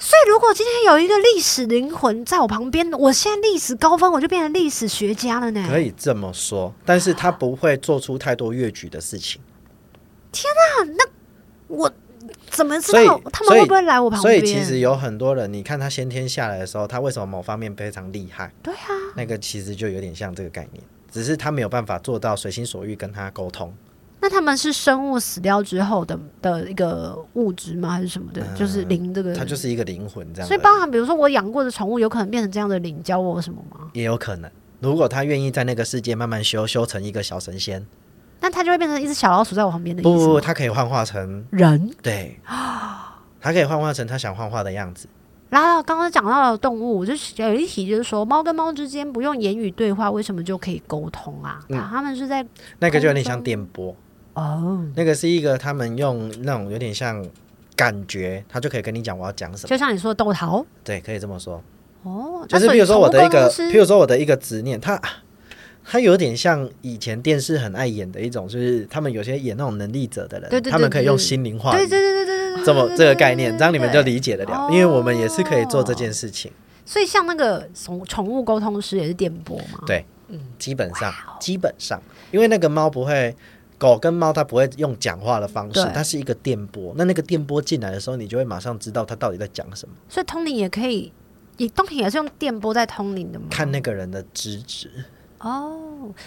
所以，如果今天有一个历史灵魂在我旁边，我现在历史高分，我就变成历史学家了呢。可以这么说，但是他不会做出太多越矩的事情，我怎么知所以道他们会不会来我旁所边？以其实有很多人，你看他先天下来的时候，他为什么某方面非常厉害？对啊，那个其实就有点像这个概念，只是他没有办法做到随心所欲跟他沟通。那他们是生物死掉之后的的一个物质吗？还是什么的？就是灵这个，呃它就是一个灵魂这样所的以，包含比如说我养过的宠物，有可能变成这样的灵，教我什么吗？也有可能。如果他愿意在那个世界慢慢修，修成一个小神仙，那它就会变成一只小老鼠在我旁边的意思不吗不不，他可以幻化成人 [gasps] 对，他可以幻化成他想幻化的样子。然后刚刚讲到的动物，就是有一题就是说，猫跟猫之间不用言语对话，为什么就可以沟通啊？嗯啊他们是在那个就有点像电波，哦，那个是一个他们用那种有点像感觉，他就可以跟你讲我要讲什么。就像你说的豆桃对，可以这么说，哦，就那是所以比如说我的一宠物个，比沟如通说我的一个执念，他他有点像以前电视很爱演的一种，就是他们有些演那种能力者的人，对对对他们可以用对对心灵师话语对对对对对对，这么对这个对概念，这样你们就对理解得了哦，因为我们也是可以做这件事情，所以像那个宠宠物沟通师也是电波嘛，对基本上基本上，因为那个猫不会。狗跟猫它不会用讲话的方式对，它是一个电波。那那个电波进来的时候，你就会马上知道它到底在讲什么。所以通灵也可以，也通灵也是用电波在通灵的嘛。看那个人的资质，哦，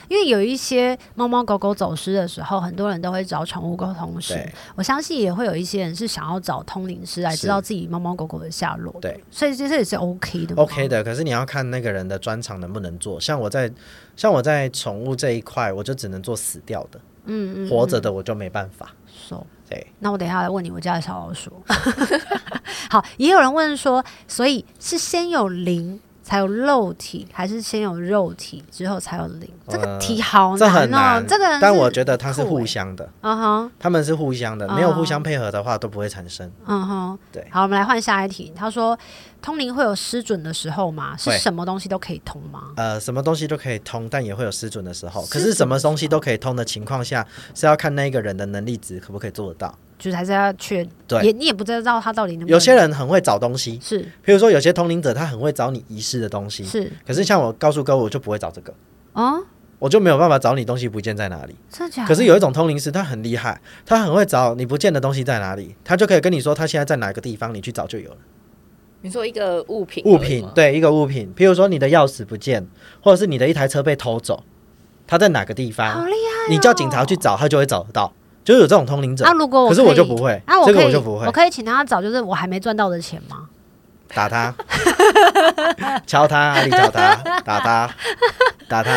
因为有一些猫猫狗狗走失的时候，很多人都会找宠物沟通师对。我相信也会有一些人是想要找通灵师来是知道自己猫猫狗狗的下落。对，所以这这也是 OK 的吗。 OK 的。可是你要看那个人的专长能不能做。像我在像我在宠物这一块，我就只能做死掉的，嗯，嗯嗯，活着的我就没办法。 So，对，那我等一下来问你我家的小老鼠。 [laughs] 好，也有人问说，所以是先有灵才有肉体，还是先有肉体之后才有灵？这个呃题好这很哦，这个人是，但我觉得它是酷欸哦互相的，嗯哼，他们是互相的，没有互相配合的话都不会产生。嗯哼，对好，我们来换下一题。他说，通灵会有失准的时候吗？是会什么东西都可以通吗？呃，什么东西都可以通，但也会有失准的时候。失可准是什么东西都可以通的情况下，是要看那个人的能力值可不可以做得到。就是还是要确，对也你也不知道他到底能不能。有些人很会找东西，是譬如说有些通灵者他很会找你遗失的东西，是可是像我告诉各位，我就不会找这个，哦，我就没有办法找你东西不见在 [laughs] 哪里。真的假的？可是有一种通灵师，他很厉害，他很会找你不见的东西在哪里，他就可以跟你说他现在在哪个地方，你去找就有了。你说一个物品物而已品吗，对一个物品，譬如说你的钥匙不见，或者是你的一台车被偷走，他在哪个地好方，厉害哦、你叫警察去找，他就会找得到，就有这种通灵者啊，。如果我可是可我以就不会啊，，我这个可我以就不会我可以请他找，就是我还没赚到的钱吗？ [laughs] 打他，敲他，阿里敲他，打他，打他。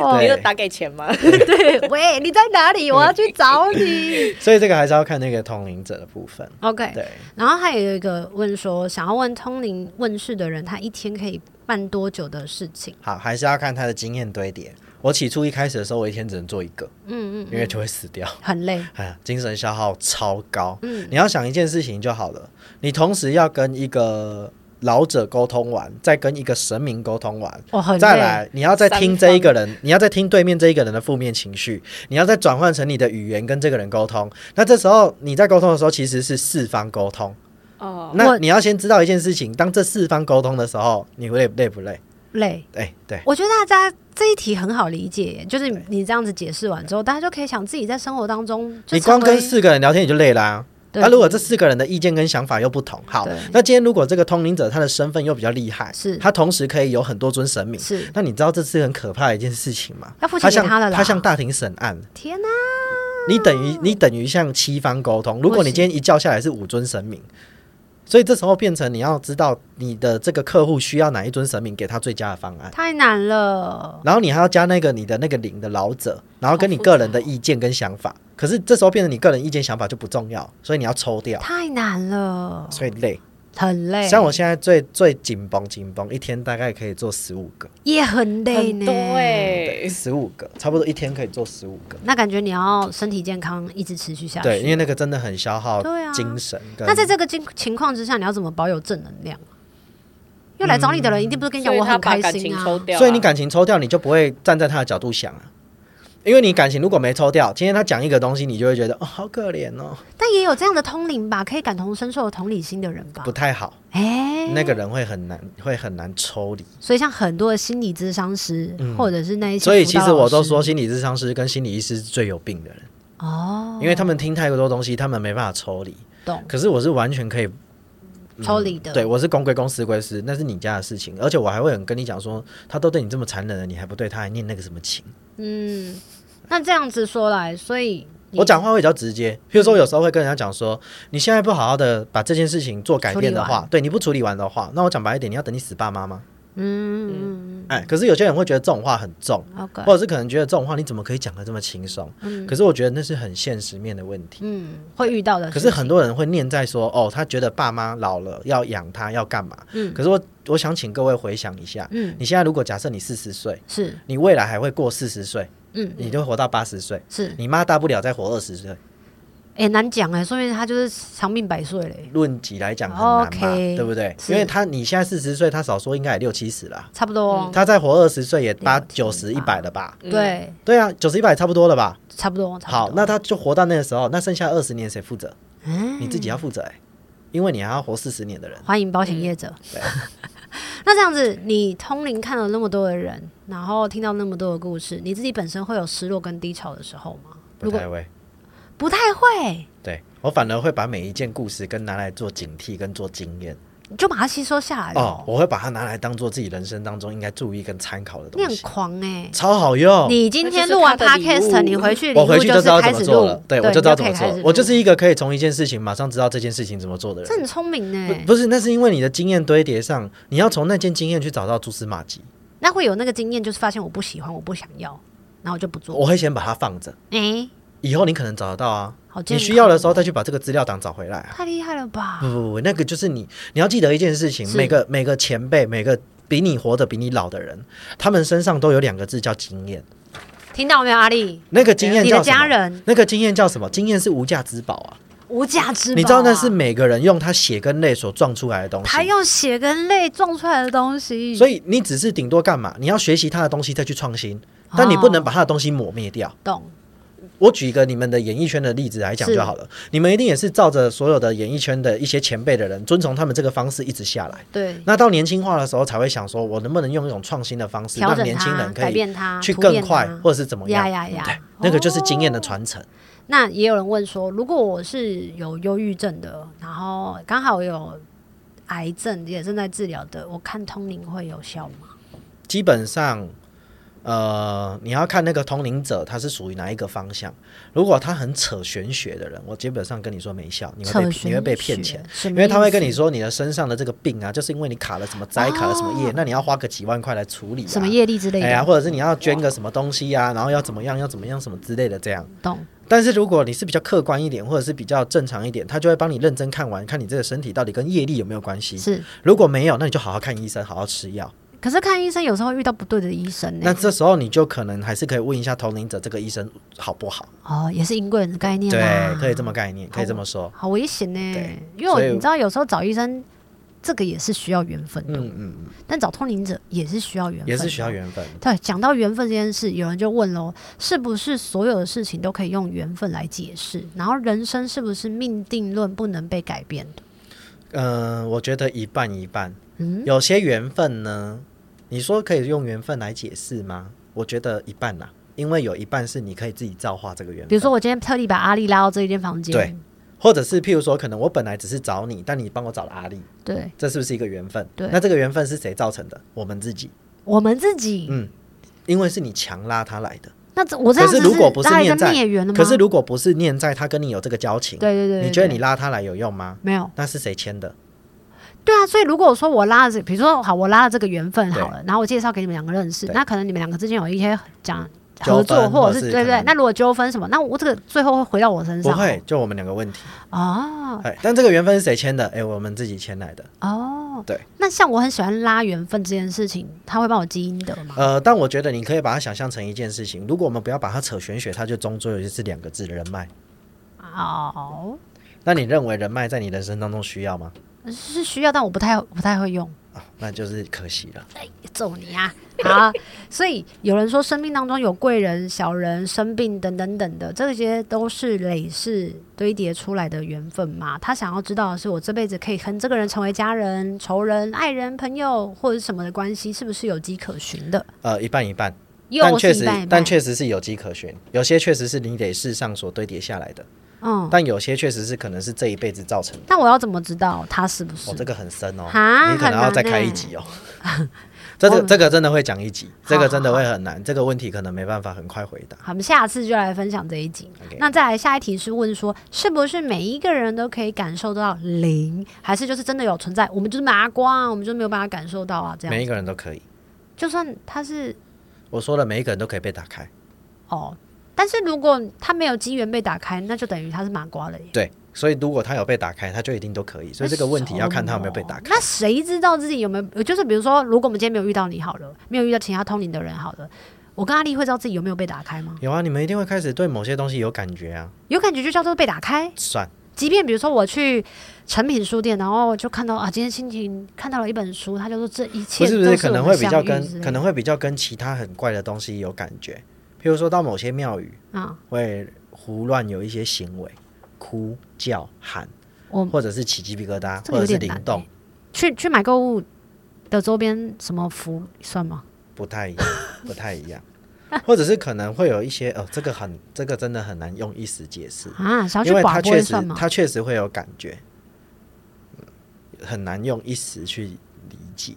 哦你有对，打给钱吗？对，喂，你在哪 [laughs] 里？我要去找你。所以这个还是要看那个通灵者的部分。 OK，对，然后还有一个问说，想要问通灵问事的人，他一天可以办多久的事情？好，还是要看他的经验堆叠。我起初一开始的时候，我一天只能做一个，嗯嗯，因为就会死掉。很累。哎呀，精神消耗超高。嗯你要想一件事情就好了，你同时要跟一个老者沟通完，再跟一个神明沟通完。哦，很累再来，你要再三听这一个人，你要再听对面这一个人的负面情绪，你要再转换成你的语言跟这个人沟通。那这时候你在沟通的时候，其实是四方沟通。哦，那我你要先知道一件事情，当这四方沟通的时候，你会累累不累？累。哎、对，我觉得大家这一题很好理解耶，就是你这样子解释完之后，大家就可以想自己在生活当中就你光成为跟四个人聊天你就累啦、对那、如果这四个人的意见跟想法又不同，好对，那今天如果这个通灵者他的身份又比较厉害，是他同时可以有很多尊神明，是那你知道这是很可怕的一件事情吗？要付钱他给像他了啦嗯他向大庭审案，天哪、你等于你等于向七方沟通。如果你今天一叫下来是五尊神明，所以这时候变成你要知道你的这个客户需要哪一尊神明，给他最佳的方案。太难了。然后你还要加那个你的那个领的老者，然后跟你个人的意见跟想法。可是这时候变成你个人意见想法就不重要，所以你要抽掉，太难了，所以累。很累，像我现在最最紧绷紧绷，一天大概可以做十五个，也很累很呢。多哎、十五个，差不多一天可以做十五个。那感觉你要身体健康，一直持续下去。对，因为那个真的很消耗对啊精神跟。那在这个情情况之下，你要怎么保有正能量？因为来找你的人一定不是跟你讲嗯所以我他很把开感心情啊，抽掉、啊，所以你感情抽掉，你就不会站在他的角度想啊。因为你感情如果没抽掉，今天他讲一个东西，你就会觉得哦，好可怜哦，但也有这样的通灵吧，可以感同身受的同理心的人吧不。太好。哎、那个人会很难，会很难抽离。所以像很多的心理咨商师，或者是那一些，嗯所以其实我都说，，心理咨商师跟心理医师是最有病的人，哦，因为他们听太多东西，他们没办法抽离。懂可是我是完全可以抽离的，嗯对，我是公归公，私归私，那是你家的事情。而且我还会很跟你讲说，他都对你这么残忍了，你还不对他，还念那个什么情？嗯，那这样子说来，所以你我讲话会比较直接，譬如说有时候会跟人家讲说，你现在不好好的把这件事情做改变的处理话，对你不处理完的话，那我讲白一点，你要等你死爸妈吗？嗯嗯哎，可是有些人会觉得这种话很重，嗯，OK，或者是可能觉得这种话你怎么可以讲的这么轻松？可是我觉得那是很现实面的问题。嗯，会遇到的事可情，是很多人会念在说，哦，他觉得爸妈老了要养他要干嘛？嗯可是我我想请各位回想一下，嗯你现在如果假设你四十岁，是你未来还会过四十岁，嗯你就活到八十岁，是，你妈大不了再活二十岁。哎、难讲哎、说明他就是长命百岁嘞，论及来讲很难嘛 OK，对不对？是因为他你现在四十岁，他少说应该也六七十了，差不多哦、他再活二十岁也八了解九十一百了吧？嗯对，对啊，九十一百差不多了吧？差不多，差不多好，那他就活到那个时候，那剩下二十年谁负责？嗯你自己要负责哎、因为你还要活四十年的人。欢迎保险业者。嗯对 [laughs] 那这样子，你通灵看了那么多的人，然后听到那么多的故事，你自己本身会有失落跟低潮的时候吗？不如果太会，不太会，对我反而会把每一件故事跟拿来做警惕跟做经验你就把它吸收下来了哦哦。，我会把它拿来当做自己人生当中应该注意跟参考的你东很西，狂哎、超好用。你今天录完那就是他的礼 podcast，物你回去我回去就就知道是怎开么始做录了，，对我你就就知道怎可么以开做始了录。我就是一个可以从一件事情马上知道这件事情怎么做的这人。很聪明哎、不不是，那是因为你的经验堆叠上，你要从那件经验去找到蛛丝马迹。那会有那个经验，就是发现我不喜欢，我不想要，然后我就不做。我会先把它放着，哎、以后你可能找得到啊。好健你康需要的时候再去把这个资料档找回来啊。太厉害了吧不！不不，那个就是你，你要记得一件事情，是每个每个前辈，每个比你活得比你老的人，他们身上都有两个字叫经验。听到没有，阿丽？那个经验你的叫什家么？人那个经验叫什么？经验是无价之宝啊！无价之宝啊、你知道那是每个人用他血跟泪所撞出来的东西。他用血跟泪撞出来的东西，所以以你只是顶多干嘛？你要学习他的东西再去创新，但你不能把他的东西抹灭掉。哦懂我举一个你们的演艺圈的例子来讲是就好了，你们一定也是照着所有的演艺圈的一些前辈的人，遵从他们这个方式一直下来。对，那到年轻化的时候，才会想说，我能不能用一种创新的方式，调让整年轻它，人可改以变它，去突更变哦快，它或者是怎么呀样？呀呀！那个就是经验的传承。那也有人问说，如果我是有忧郁症的，然后刚好有癌症也正在治疗的，我看通灵会有效吗？基本上，呃，你要看那个通灵者他是属于哪一个方向。如果他很扯玄学的人，我基本上跟你说没效，你会扯被玄你会被学骗钱。，什么因为他会意思跟你说你的身上的这个病啊，就是因为你卡了什么灾，卡了什么业，那你要花个几万块来处理、啊。哦什么？业力之类哎呀，的，或者是你要捐个什么东西呀、然后要怎么样，要怎么样，什么之类的这样。懂但是如果你是比较客观一点，或者是比较正常一点，他就会帮你认真看完，看你这个身体到底跟业力有没有关系。是？如果没有，那你就好好看医生，好好吃药。可是看医生有时候会遇到不对的医生呢、那这时候你就可能还是可以问一下通灵者这个医生好不好？哦，也是因贵人的概念啊对啦，，可以这么概念，可以这么说。好危险呢、对因为我所以你知道有时候找医生，这个也是需要缘分的，嗯嗯，嗯但找通灵者也是需要缘分，也是需要。缘分。对，讲到缘分这件事，有人就问喽：是不是所有的事情都可以用缘分来解释？然后人生是不是命定论不能被改变的？嗯、我觉得一半一半。嗯，有些缘分呢，你说可以用缘分来解释吗？我觉得一半啦、啊因为有一半是你可以自己造化这个缘分。比如说我今天特地把阿丽拉到这一间房间，对或者是譬如说，可能我本来只是找你，但你帮我找了阿丽，对，这是不是一个缘分？对那这个缘分是谁造成的？我们自己，我们自己，嗯因为是你强拉他来的。那这我这样可子是如果不是拉一念个在孽缘了吗？可是如果不是念在他跟你有这个交情，对对对对你觉得对你拉他来有用吗？没有，那是谁签的？对啊，所以如果说我拉了这，比如说好，我拉了这个缘分好对了，然后我介绍给你们两个认识，对那可能你们两个之间有一些讲合纠作，纷或或者者是是对不可对？能那如果纠纷什么，那我这个最后会回到我身不上吗？会，就我们两个问题。哦哎，但这个缘分是谁签的？哎，我们自己签来的。哦，对。那像我很喜欢拉缘分这件事情，他会帮我积阴德吗？呃，但我觉得你可以把它想象成一件事情，如果我们不要把它扯玄学，它就终究就是两个字人脉。哦，那你认为人脉在你人生当中需要吗？是需要，但我不太不太会用，啊，那就是可惜 [laughs] 了。揍你啊！好，所以有人说生命当中有贵人、小人、生病等等等的，这些都是累世堆叠出来的缘分嘛。他想要知道的是，我这辈子可以跟这个人成为家人、仇人、爱人、朋友或者是什么的关系，是不是有迹可循的？呃，一半一半，但又是确一实半一，半但，确实是有迹可循。有些确实是你得世上所堆叠下来的，嗯。但有些确实是可能是这一辈子造成的。那我要怎么知道他是不是？哦，这个很深哦，哈你可很能要难再开欸一集哦。 [laughs] 这个们这个真的会讲一集，这好个真的好会很难，这个问题可能没办法很快回答。好，我们下次就来分享这一集。 OK 那再来下一题是问说，是不是每一个人都可以感受到灵，还是就是真的有存在？我们就是麻瓜啊，我们就没有办法感受到啊，这每一样。个人都可以，就算他是我说了，每一个人都可以被打开。哦，但是如果他没有机缘被打开，那就等于他是麻瓜了耶。对，所以如果他有被打开，他就一定都可以。所以这个问题要看他有没有被打开。那谁知道自己有没有？就是比如说，如果我们今天没有遇到你好了，没有遇到其他通灵的人好了，我跟阿丽会知道自己有没有被打开吗？有啊，你们一定会开始对某些东西有感觉啊。有感觉就叫做被打开。算，即便比如说我去诚品书店，然后就看到啊，今天心情看到了一本书，他就说这一切不都是是不可我能们会比较相遇之跟类可能会比较跟其他很怪的东西有感觉，譬如说到某些庙宇啊，会胡乱有一些行为，哭叫喊，我或者是起鸡皮疙瘩，这个或者有是点灵难动欸，去去买购物的周边什么服算吗？不太一样，不太一样，或者是可能会有一些呃，这个很这个真的很难用一时解释。啊，想要因去为他广播确也实算吗？他确实会有感觉，嗯很难用一时去理解。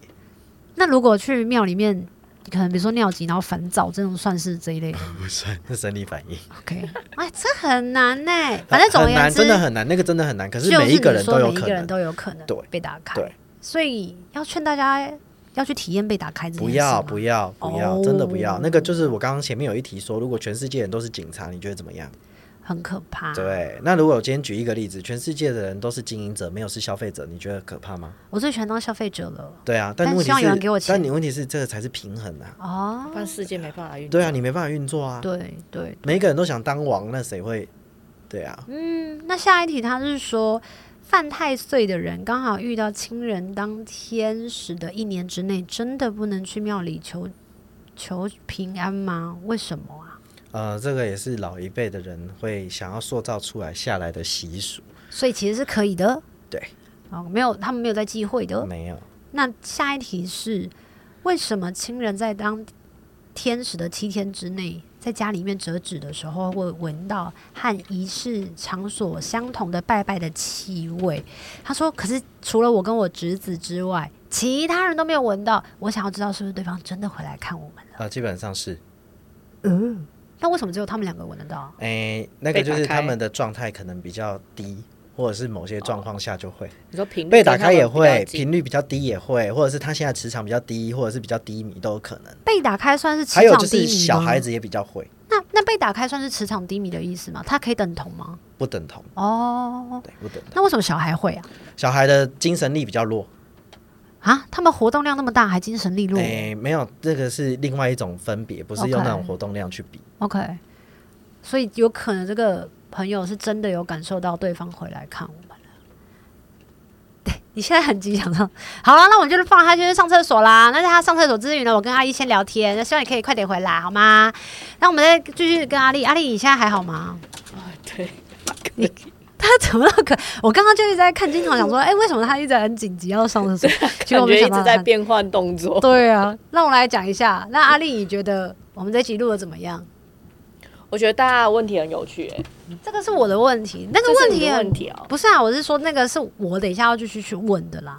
那如果去庙里面，可能比如说尿急然后烦躁，这种算是这一类 [laughs] 的不算，是生理反应， ？OK，哎，这很难呢、反正总而很言难，之，真的很难，那个真的很难。可就是每一个人你说都有每一可个人能，都有可能对被打开，对，所以要劝大家要去体验被打开这件不事要吗不要不要，哦真的不要。那个就是我刚刚前面有一题说，如果全世界人都是警察，你觉得怎么样？很可怕。对，那如果我今天举一个例子，全世界的人都是经营者，没有是消费者，你觉得可怕吗？我最喜欢当消费者了。对啊，嗯但问希题望有人给我是，但钱你问题是这个才是平衡啊。哦，不然世界没办法运作。对啊，你没办法运作啊。对对，每一个人都想当王，那谁会？对啊，嗯，那下一题他是说，犯太岁的人刚好遇到亲人当天时的一年之内，真的不能去庙里求求平安吗？为什么啊？呃，这个也是老一辈的人会想要塑造出来下来的习俗，所以其实是可以的，对，哦，没有，他们没有在忌讳的。没有那下一题是，为什么亲人在当天使的七天之内，在家里面折纸的时候，会闻到和仪式场所相同的拜拜的气味？他说，可是除了我跟我侄子之外，其他人都没有闻到。我想要知道是不是对方真的回来看我们了？啊、呃基本上是，那为什么只有他们两个闻得到？啊哎，那被个就打是他开们的状态可能比较低，或者是某些状况下就会、你说频率被跟打他开们也比较会，近频率比较低也会，或者是他现在磁场比较低，或者是比较低迷都有可能。被打开算是磁还有场就低迷是吗？小孩子也比较会，那那被打开算是磁场低迷的意思吗？它可以等同吗？不等同，哦，对，不等同。那为什么小孩会啊？小孩的精神力比较弱，啊，他们活动量那么大，还精神力弱。哎，没有，这个是另外一种分别，不是 OK 用哦那种活动量去比。 OK，所以有可能这个朋友是真的有感受到对方回来看我们了。对你现在很急想说，好了，那我们就放他先去上厕所啦。那在他上厕所之余呢，我跟阿姨先聊天，那希望你可以快点回来，好吗？那我们再继续跟阿丽，阿丽你现在还好吗？ [laughs] 对，他怎么那么可？我刚刚就一直在看镜头，想说，哎、为什么他一直很紧急要上厕所？ [laughs] 结感果没觉一想到直在他变换动作。对啊，那我来讲一下，那阿丽你觉得我们这集录的怎么样？我觉得大家的问题很有趣、欸，这个是我的问题，那个这是问你题的很问题哦、不是啊，我是说那个是我等一下要继续去问的啦。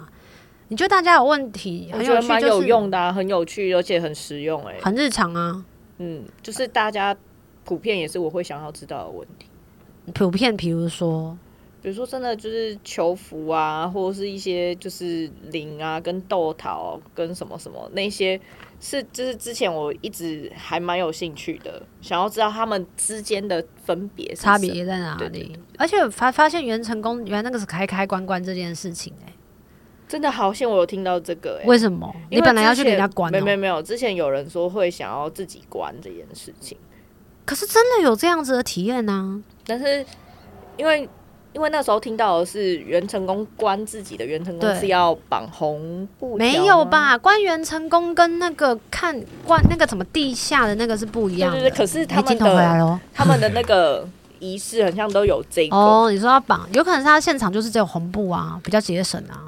你觉得大家有问题我很觉有得趣，蛮就有是用的、啊，很有趣，而且很实用、欸，很日常啊，嗯，就是大家普遍也是我会想要知道的问题，普遍比如说，比比如说真的就是求福啊，或者是一些就是灵啊，跟豆桃跟什么什么那些，是就是之前我一直还蛮有兴趣的，想要知道他们之间的分别是差什么别在哪对对里？而且发发现元成功原来那个是开开关关这件事情、欸，真的好羡我有听到这个、欸，为什么？因为你本来要之去给人家前关、没哦没没有，之前有人说会想要自己关这件事情，可是真的有这样子的体验啊呢、但是因为因为那时候听到的是袁成功关自己的袁成功对是要绑红布，没有？吧？官员成功跟那个看关那个什么地下的那个是不一对样对的。对，可是他哎镜们头回来的了哦他们的那个仪式很像都有这个，哦，你说要绑，有可能是他现场就是只有红布啊，比较节省啊。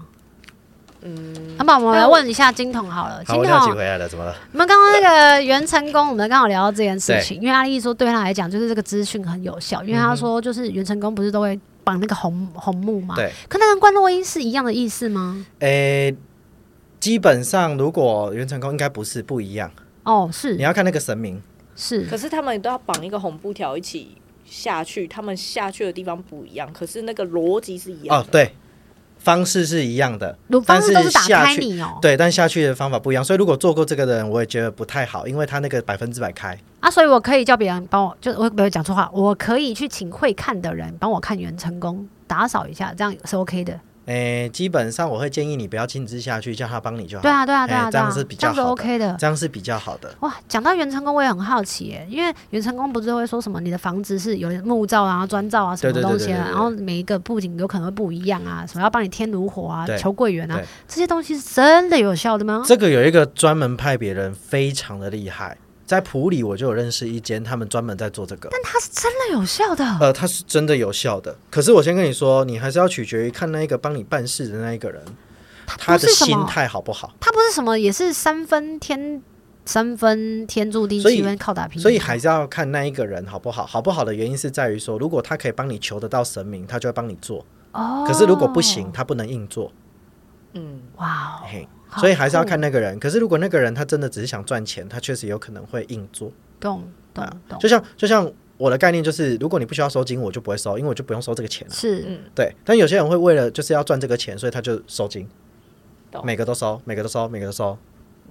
嗯，那、么我们来问一下金童好了，金好，我要请童，回来了，怎么了？我们刚刚那个袁成功，我们刚好聊到这件事情，因为阿丽说对他来讲就是这个资讯很有嗯效，因为他说就是袁成功不是都会绑那个红红木嘛，对，可那跟关洛音是一样的意思吗？诶、基本上如果袁成功应该不是不一样，哦，是你要看那个神明。是，可是他们都要绑一个红布条一起下去，他们下去的地方不一样，可是那个逻辑是一样哦，的。对，方式是一样的，鲁方式都但是是打开下去你哦、对，但下去的方法不一样。所以如果做过这个的人，我也觉得不太好，因为他那个百分之百开。啊，所以我可以叫别人帮我，就我没有讲错话，我可以去请会看的人帮我看袁成功打扫一下，这样是 OK 的。诶、基本上我会建议你不要亲自下去，叫他帮你就好。对啊，对啊，对啊，哎对这啊，样是比较这样好是 OK 的。这样是比较好的。哇，讲到袁成功，我也很好奇耶，因为袁成功不是会说什么你的房子是有木造啊、砖造啊什么对对对东西对啊对，对然后每一个布景有可能会不一样啊，什么要帮你添炉火啊、对求贵缘啊对，这些东西是真的有效的吗？这个有一个专门派别人，非常的厉害。在普里我就有认识一间，他们专门在做这个。它是真的有效的，呃，它是真的有效的。可是我先跟你说，你还是要取决于看那一个帮你办事的那一个人，他不的是什心么，态好不好。它不是什么，也是三分天，三分天注定，所以七分靠打拼，所以还是要看那一个人好不好。好不好的原因是在于说，如果他可以帮你求得到神明，他就会帮你做。哦，可是如果不行，他不能硬做。嗯，哇哦，嘿，好嗯所以还是要酷看那个人。可是如果那个人他真的只是想赚钱，他确实有可能会硬做。懂懂懂，嗯就像就像我的概念就是，如果你不需要收金，我就不会收，因为我就不用收这个钱了。啊是对，但有些人会为了就是要赚这个钱，所以他就收金，懂每个都收，每个都收，每个都收。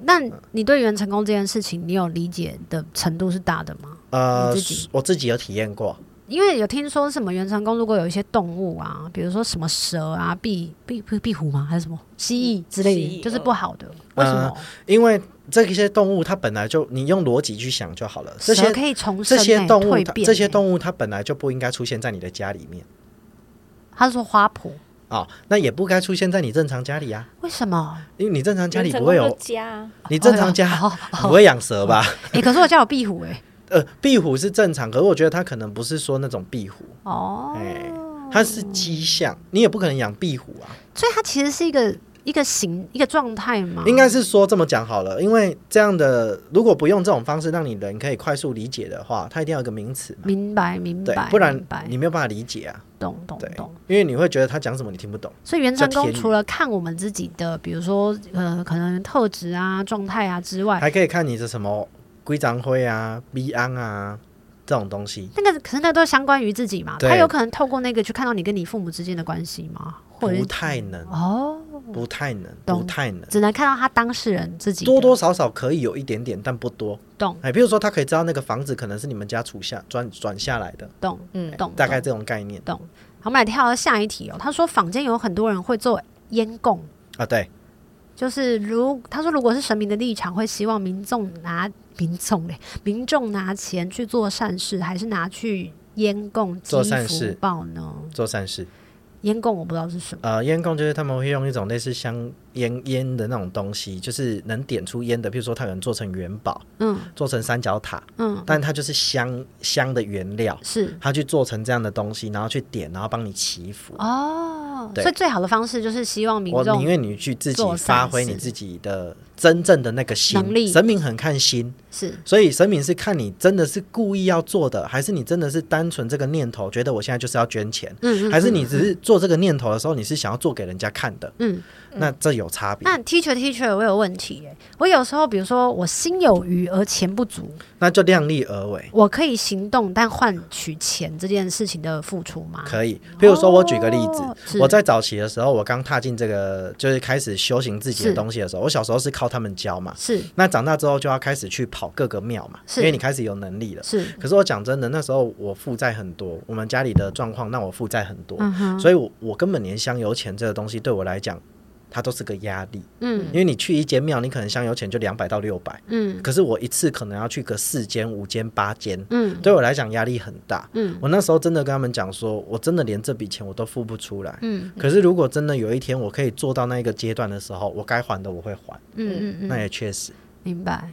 那你对袁成功这件事情，你有理解的程度是大的吗？呃你自己，我自己有体验过，因为有听说什么袁成功，如果有一些动物啊，比如说什么蛇啊、壁壁壁壁虎吗？还是什么蜥蜴之类蜥的，蜴就是嗯不好的。呃为什么？因为这些动物它本来就你用逻辑去想就好了，这蛇些可以重这生、欸、些动物蜕它变欸、这些动物它本来就不应该出现在你的家里面他说花圃，啊、那也不该出现在你正常家里啊，为什么？因为你正常家里袁成不功会的有，家，你正常家、哦你不会养蛇吧？ [laughs] 哎、可是我家有壁虎哎、呃，壁虎是正常，可是我觉得它可能不是说那种壁虎，哦，哎、它是迹象，你也不可能养壁虎啊。所以它其实是一个一个形一个状态嘛。应该是说这么讲好了，因为这样的如果不用这种方式让你人可以快速理解的话，它一定要有个名词嘛，明白明对白，，不然明白你没有办法理解啊，懂懂对懂。因为你会觉得他讲什么你听不懂。所以袁成功比较偏除了看我们自己的，比如说呃，可能特质啊、状态啊之外，还可以看你的什么龟长灰啊、B 安啊这种东西，那个可是那都相关于自己嘛，对他有可能透过那个去看到你跟你父母之间的关系嘛，或者不是太能，哦，不太能，懂不太能。只能看到他当事人自己的多多少少可以有一点点，但不多。懂哎，比如说他可以知道那个房子可能是你们家处下转转下来的，懂嗯懂，大概懂这种概念懂。好，我们来跳到下一题哦。他说坊间有很多人会做烟供，啊。对，就是如他说，如果是神明的立场，会希望民众拿民众嘞，民众拿钱去做善事，还是拿去烟供积做善福事报呢？做善事。烟供我不知道是什么，呃，烟供就是他们会用一种类似香烟烟的那种东西，就是能点出烟的，比如说它有人做成元宝，嗯做成三角塔，嗯，但它就是香香的原料，是它去做成这样的东西，然后去点，然后帮你祈福。哦，对所以最好的方式就是希望民我宁众愿你去自己做善发挥你事自己的真正的那个心能力神明很看心，是嗯所以神明是看你真的是故意要做的，还是你真的是单纯这个念头，觉得我现在就是要捐钱，嗯嗯还是你只是做这个念头的时候，你是想要做给人家看的？嗯，那这有差别。那 teacher teacher，我有问题耶、我有时候比如说我心有余而钱不足，那就量力而为，我可以行动，但换取钱这件事情的付出吗？可以。譬如说，我举个例子，哦是我在早期的时候，我刚踏进这个就是开始修行自己的是东西的时候，我小时候是靠他们教嘛，是那长大之后就要开始去跑各个庙嘛，是因为你开始有能力了。是，可是我讲真的，那时候我负债很多，我们家里的状况让我负债很多，嗯哼，所以我我根本连香油钱这个东西对我来讲，它都是个压力。嗯因为你去一间庙，你可能香油钱就两百到六百，嗯可是我一次可能要去个四间、五间、八间，嗯对我来讲压力很大。嗯我那时候真的跟他们讲说，我真的连这笔钱我都付不出来。嗯可是如果真的有一天我可以做到那一个阶段的时候，我该还的我会还，嗯嗯那嗯，也确实。明白，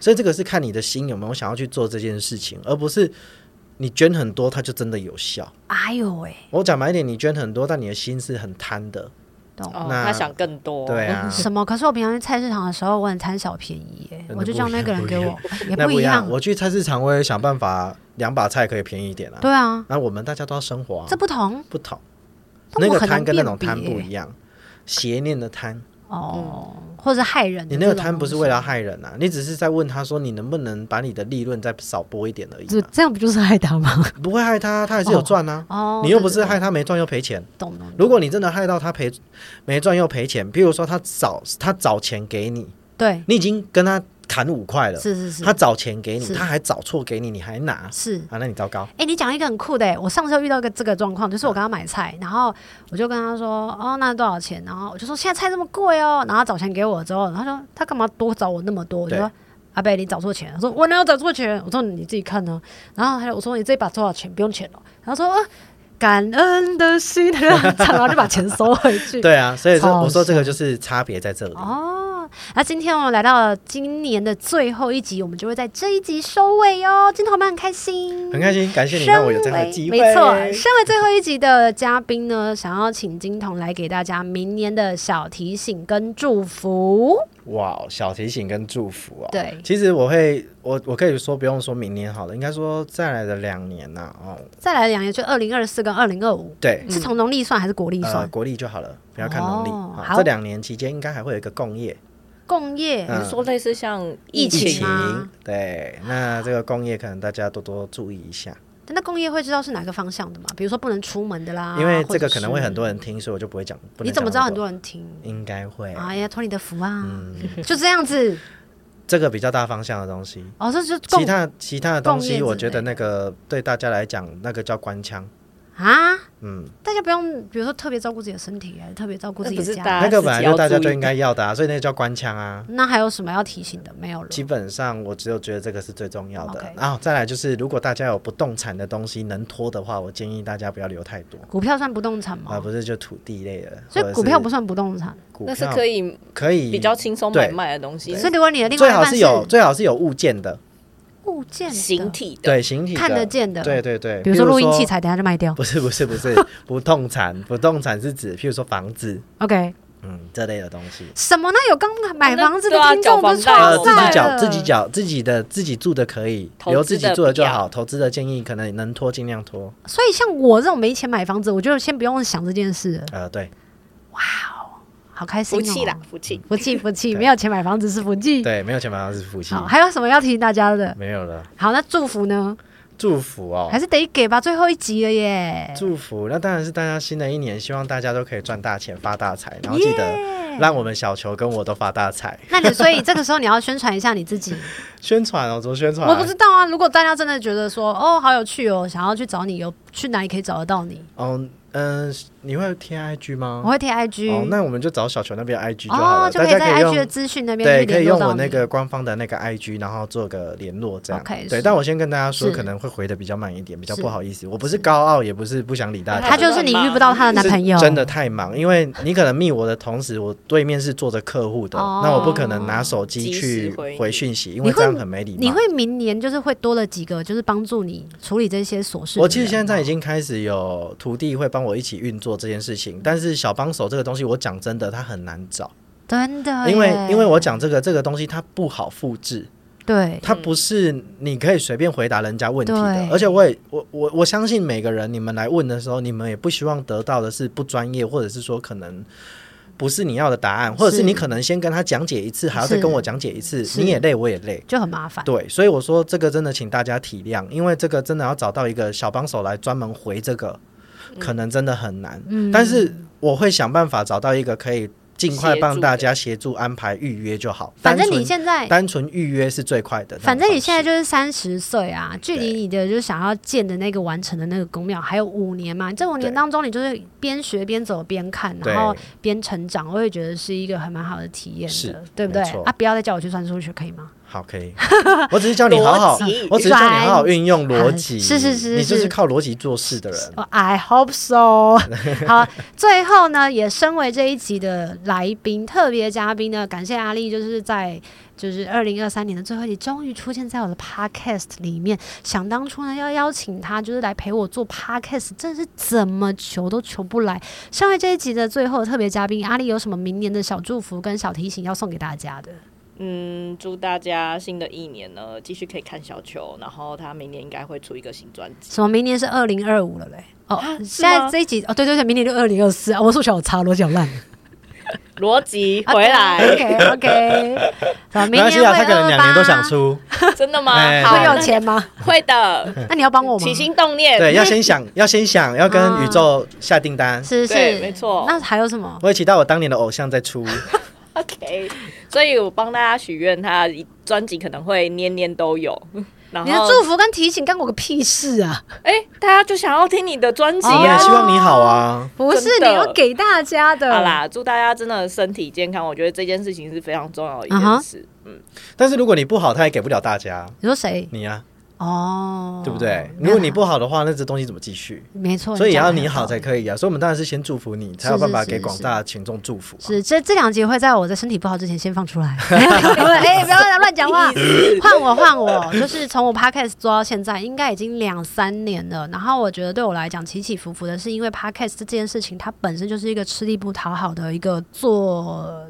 所以这个是看你的心有没有想要去做这件事情，而不是你捐很多它就真的有效。哎呦喂、我讲白一点，你捐很多，但你的心是很贪的，懂。哦，那他想更多，对啊。什么？可是我平常去菜市场的时候，我很贪小便宜耶、那我就不叫一那样个人不一给我样， [laughs] 也那不一样样。。我去菜市场，我也想办法两把菜可以便宜一点啊。对啊，那我们大家都要生活、啊，这不同不同，但那我个很难贪跟那种辨贪不别一样，邪念的贪，哦，或者害人的你这种东西。那个贪不是为了害人啊，你只是在问他说你能不能把你的利润再少拨一点而已、这啊，这样不就是害他吗？不会害他，他还是有赚啊。哦，你又不对是对害他没赚又赔钱，对懂懂，如果你真的害到他赔没赚又赔钱，譬如说他找他找钱给你，对，你已经跟他砍五块了，是是是，他找钱给你，是他还找错给你，你还拿是啊？那你糟糕。哎、你讲一个很酷的、欸，我上次有遇到一个这个状况，嗯就是我刚刚买菜，然后我就跟他说，哦，那多少钱？然后我就说现在菜这么贵哦、然后他找钱给我之后，他说他干嘛多找我那么多？我就对说阿贝，你找错钱了。他说我哪有找错钱？我说你自己看呢、然后还有我说你这把多少钱？不用钱了。然后说、呃、感恩的心， [laughs] 然后就把钱收回去。对啊，所以说超我说这个像就是差别在这里。哦，那今天我们来到了今年的最后一集，我们就会在这一集收尾哟。镜头们很开心，很开心，感谢你让我有这样的机会。没错，身为最后一集的嘉宾呢，想要请金童来给大家明年的小提醒跟祝福。哇哦，小提醒跟祝福哦。对其实我会，我我可以说不用说明年好了，应该说再来的两年呐、哦，再来两年就二零二四跟二零二五，对，是从农历算还是国历呃，算？国历就好了，不要看农历。嗯哦啊好这两年期间应该还会有一个共业共业嗯你是说类似像疫情啊情吗对，那这个共业可能大家多多注意一下，那共业会知道是哪个方向的吗？比如说不能出门的啦，因为这啊或者个是可能会很多人听，所以我就不会讲。不能你怎么知讲道那很么多人听？多？应该会，哎呀，托你的福啊！嗯就这样子，这个比较大方向的东西。哦，这就其共他其他的东共业西，之我觉得类的那个对大家来讲，那个叫官腔，啊，嗯，大家不用，比如说特别照顾自己的身体，还啊是特别照顾自己那不的是家大那人。个本自来己就要大家注意就应该要的、啊，所以那个叫官腔啊。那还有什么要提醒的？没有了。基本上，我只有觉得这个是最重要的 OK。然后再来就是，如果大家有不动产的东西能拖的话，我建议大家不要留太多，股票算不动产而吗？啊不是就土地类的。哦所或以者股票不算不动产。股那票是可以可以比较轻松买卖的东西，所以如果你的另外最一好半是有最好是有物件的，物件的形，体的，对形体的看得见的对对对，比如说录音器。材，等下就卖掉。 [laughs] 不是不是不是不动产，不动产是指譬如说房子， OK，嗯这类的东西。什么呢？有刚买房子的对啊听众不是缴房呃，超贷自己缴赞自己缴自己的自己住的可以，投留资自己的住的不就要好。投资的建议可能能拖尽量拖。所以像我这种没钱买房子，我就先不用想这件事了，呃，对好开心福哦。气啦，福气。福气，福气， [laughs] 对没有钱买房子是福气。对，没有钱买房是福气好，，还有什么要提醒大家的？没有了。好，那祝福呢？祝福哦还，是得给吧，最后一集了耶。祝福。那当然是大家新的一年，希望大家都可以赚大钱、发大财，然后记得让我们小球跟我都发大财。那你所以这个时候你要宣传一下你自 [laughs] 己。宣传哦，怎么宣传？我不知道啊，如果大家真的觉得说哦好有趣哦，想要去找你，有去哪里可以找得到你？哦，嗯、你会贴 IG 吗？我会贴 IG 哦，那我们就找小球那边 IG 就好了，哦，就大可以家在可以 IG 的用。资讯那边对，去可以联络用到我你那个官方的那个 IG，然后做个联络这样。 OK，对，是但我先跟大家说，是可能会回的比较慢一点，比较是不好意思。我不是高傲，也不是不想理大家，他就是你遇不到他的男朋友，是真的太忙，因为你可能密我的同时，我对面是坐着客户的，哦那我不可能拿手机及时去回回应讯息，因你会为这样很没礼貌。你会明年就是会多了几个，就是帮助你处理这些琐事的人吗。我其实现在已经开始有嗯徒弟会帮我一起运作这件事情，但是小帮手这个东西，我讲真的，他很难找。真哦的耶，因为因为我讲这个这个东西它不好复制，对它不是你可以随便回答人家问题的嗯对，而且我也我我我相信每个人你们来问的时候，你们也不希望得到的是不专业，或者是说可能不是你要的答案，或者是你可能先跟他讲解一次，还要再是跟我讲解一次，是你也累，我也累。就很麻烦，对，所以我说这个真的请大家体谅，因为这个真的要找到一个小帮手来专门回这个，嗯可能真的很难。但是我会想办法找到一个可以尽快协帮助大的家协助安排预约就好。反单正你纯现在。单纯预约是最快的那种方哎反式。正你现在就是三十岁啊，距离对你的就是想要建的那个完成的那个宫庙还有五年嘛。这五年对当中，你就是边学边走边看，然后对边成长，我也觉得是一个很蛮好的体验是的，对不对没？错啊，不要再叫我去算数学，可以吗？好可以，我只是叫你好好逻辑， [laughs] 我只是叫你好好运用逻转辑。哎是是是你就是是靠逻辑做事的人。哦 I hope so 。好，最后呢，也身为这一集的来宾特别嘉宾呢，感谢阿丽，就是在就是二零二三年的最后一集，终于出现在我的 podcast 里面。想当初呢，要邀请她就是来陪我做 podcast，真的是怎么求都求不来。身为这一集的最后的特别嘉宾，阿丽有什么明年的小祝福跟小提醒要送给大家的？嗯，祝大家新的一年呢，继续可以看小球，然后他明年应该会出一个新专辑。什么？明年是二零二五了嘞？哦，现在吗这一集哦，对对对，明年就二零二四啊！我数学好差，逻辑好烂。逻辑啊回来， OK OK，好， [laughs] 没明关年系会啊，他可能两年都想228，出，真的哎吗？好，会对有钱吗？那会嗯 [laughs] 的，那你要帮我吗？起心动念，对，要 [laughs] 先想，要先想，要跟宇啊宙下订单。是是，对没错那还有什么？我也期待我当年的偶像再 [laughs] 出。 [laughs] OK，所以我帮大家许愿，他专辑可能会年年 [laughs] 都有。然你的后，祝福跟提醒干我个屁事啊！哎、大家就想要听你的专辑哦我也啊。希望你好啊。不是真你的要给大家的。好，啦，祝大家真的身体健康，我觉得这件事情是非常重要的一啊件事。嗯，但是如果你不好，他也给不了大家。你说谁？你呀、哦，对不对？如果你不好的话，那这东西怎么继续？没错，所以也要讲得你好很才可以啊！所以我们当然是先祝福你，才有是办法是给是广大群众祝福、啊。是，这这两集会在我在身体不好之前先放出 [laughs] 来。哎、不要乱讲话，换我换我，就是从我 podcast 做到现在，应该已经两三年了。然后我觉得对我来讲起起伏伏的，是因为 podcast 这件事情，它本身就是一个吃力不讨好的一个做。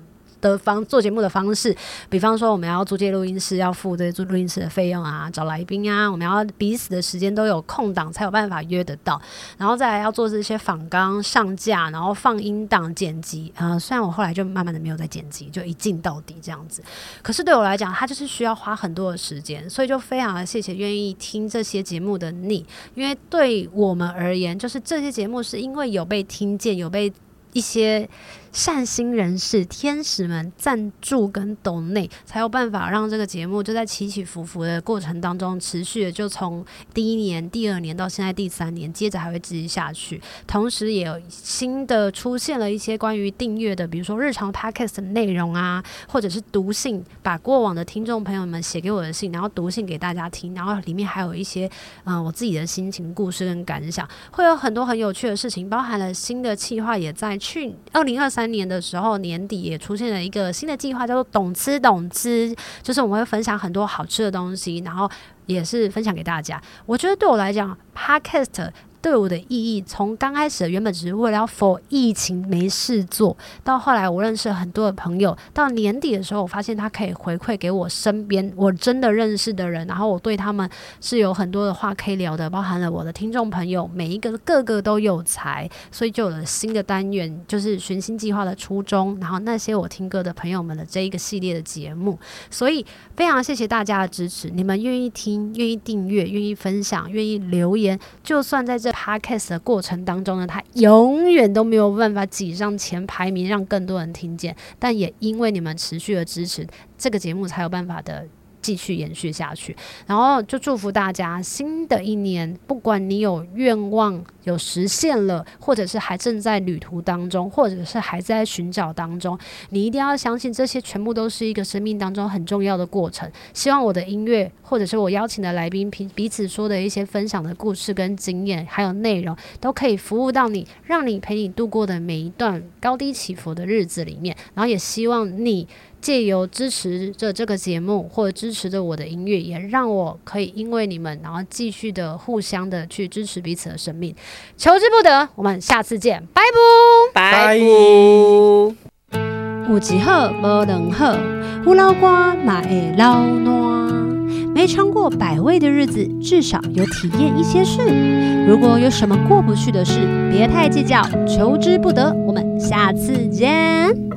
的方做节目的方式，比方说我们要租借录音室，要付这些租录音室的费用啊，找来宾啊，我们要彼此的时间都有空档才有办法约得到。然后再来要做这些仿纲上架，然后放音档剪辑。呃，虽然我后来就慢慢的没有再剪辑，就一镜到底这样子。可是对我来讲，它就是需要花很多的时间，所以就非常的谢谢愿意听这些节目的你，因为对我们而言，就是这些节目是因为有被听见，有被。一些善心人士、天使们赞助跟抖内，才有办法让这个节目就在起起伏伏的过程当中，持续的就从第一年、第二年到现在第三年，接着还会继续下去。同时，也有新的出现了一些关于订阅的，比如说日常 podcast 的内容啊，或者是读信，把过往的听众朋友们写给我的信，然后读信给大家听，然后里面还有一些嗯、呃我自己的心情、故事跟感想，会有很多很有趣的事情，包含了新的计划，也在去二零二三年的时候年底也出现了一个新的计划，叫做“懂吃懂吃”，就是我们会分享很多好吃的东西，然后也是分享给大家。我觉得对我来讲，Podcast 对我的意义，从刚开始原本只是为了要 for 疫情没事做，到后来我认识很多的朋友，到年底的时候，我发现它可以回馈给我身边我真的认识的人，然后我对他们是有很多的话可以聊的，包含了我的听众朋友，每一个个个都有才，所以就有了新的单元，就是寻星计划的初衷，然后那些我听歌的朋友们的这一个系列的节目，所以非常谢谢大家的支持，你们愿意听、愿意订阅、愿意分享、愿意留言，就算在这 podcast 的过程当中呢，它永远都没有办法挤上前排名，让更多人听见。但也因为你们持续的支持，这个节目才有办法的。继续延续下去，然后就祝福大家新的一年，不管你有愿望有实现了，或者是还正在旅途当中，或者是还在寻找当中，你一定要相信，这些全部都是一个生命当中很重要的过程。希望我的音乐，或者是我邀请的来宾彼彼此说的一些分享的故事跟经验，还有内容，都可以服务到你，让你陪你度过的每一段高低起伏的日子里面。然后也希望你借由支持着这个节目，或者支持着我的音乐，也让我可以因为你们，然后继续的互相的去支持彼此的生命。求之不得，我们下次见，拜拜。拜拜拜。有一好无两好，胡老瓜嘛会老烂。没尝过百味的日子，至少有体验一些事。如果有什么过不去的事，别太计较，求之不得。我们下次见。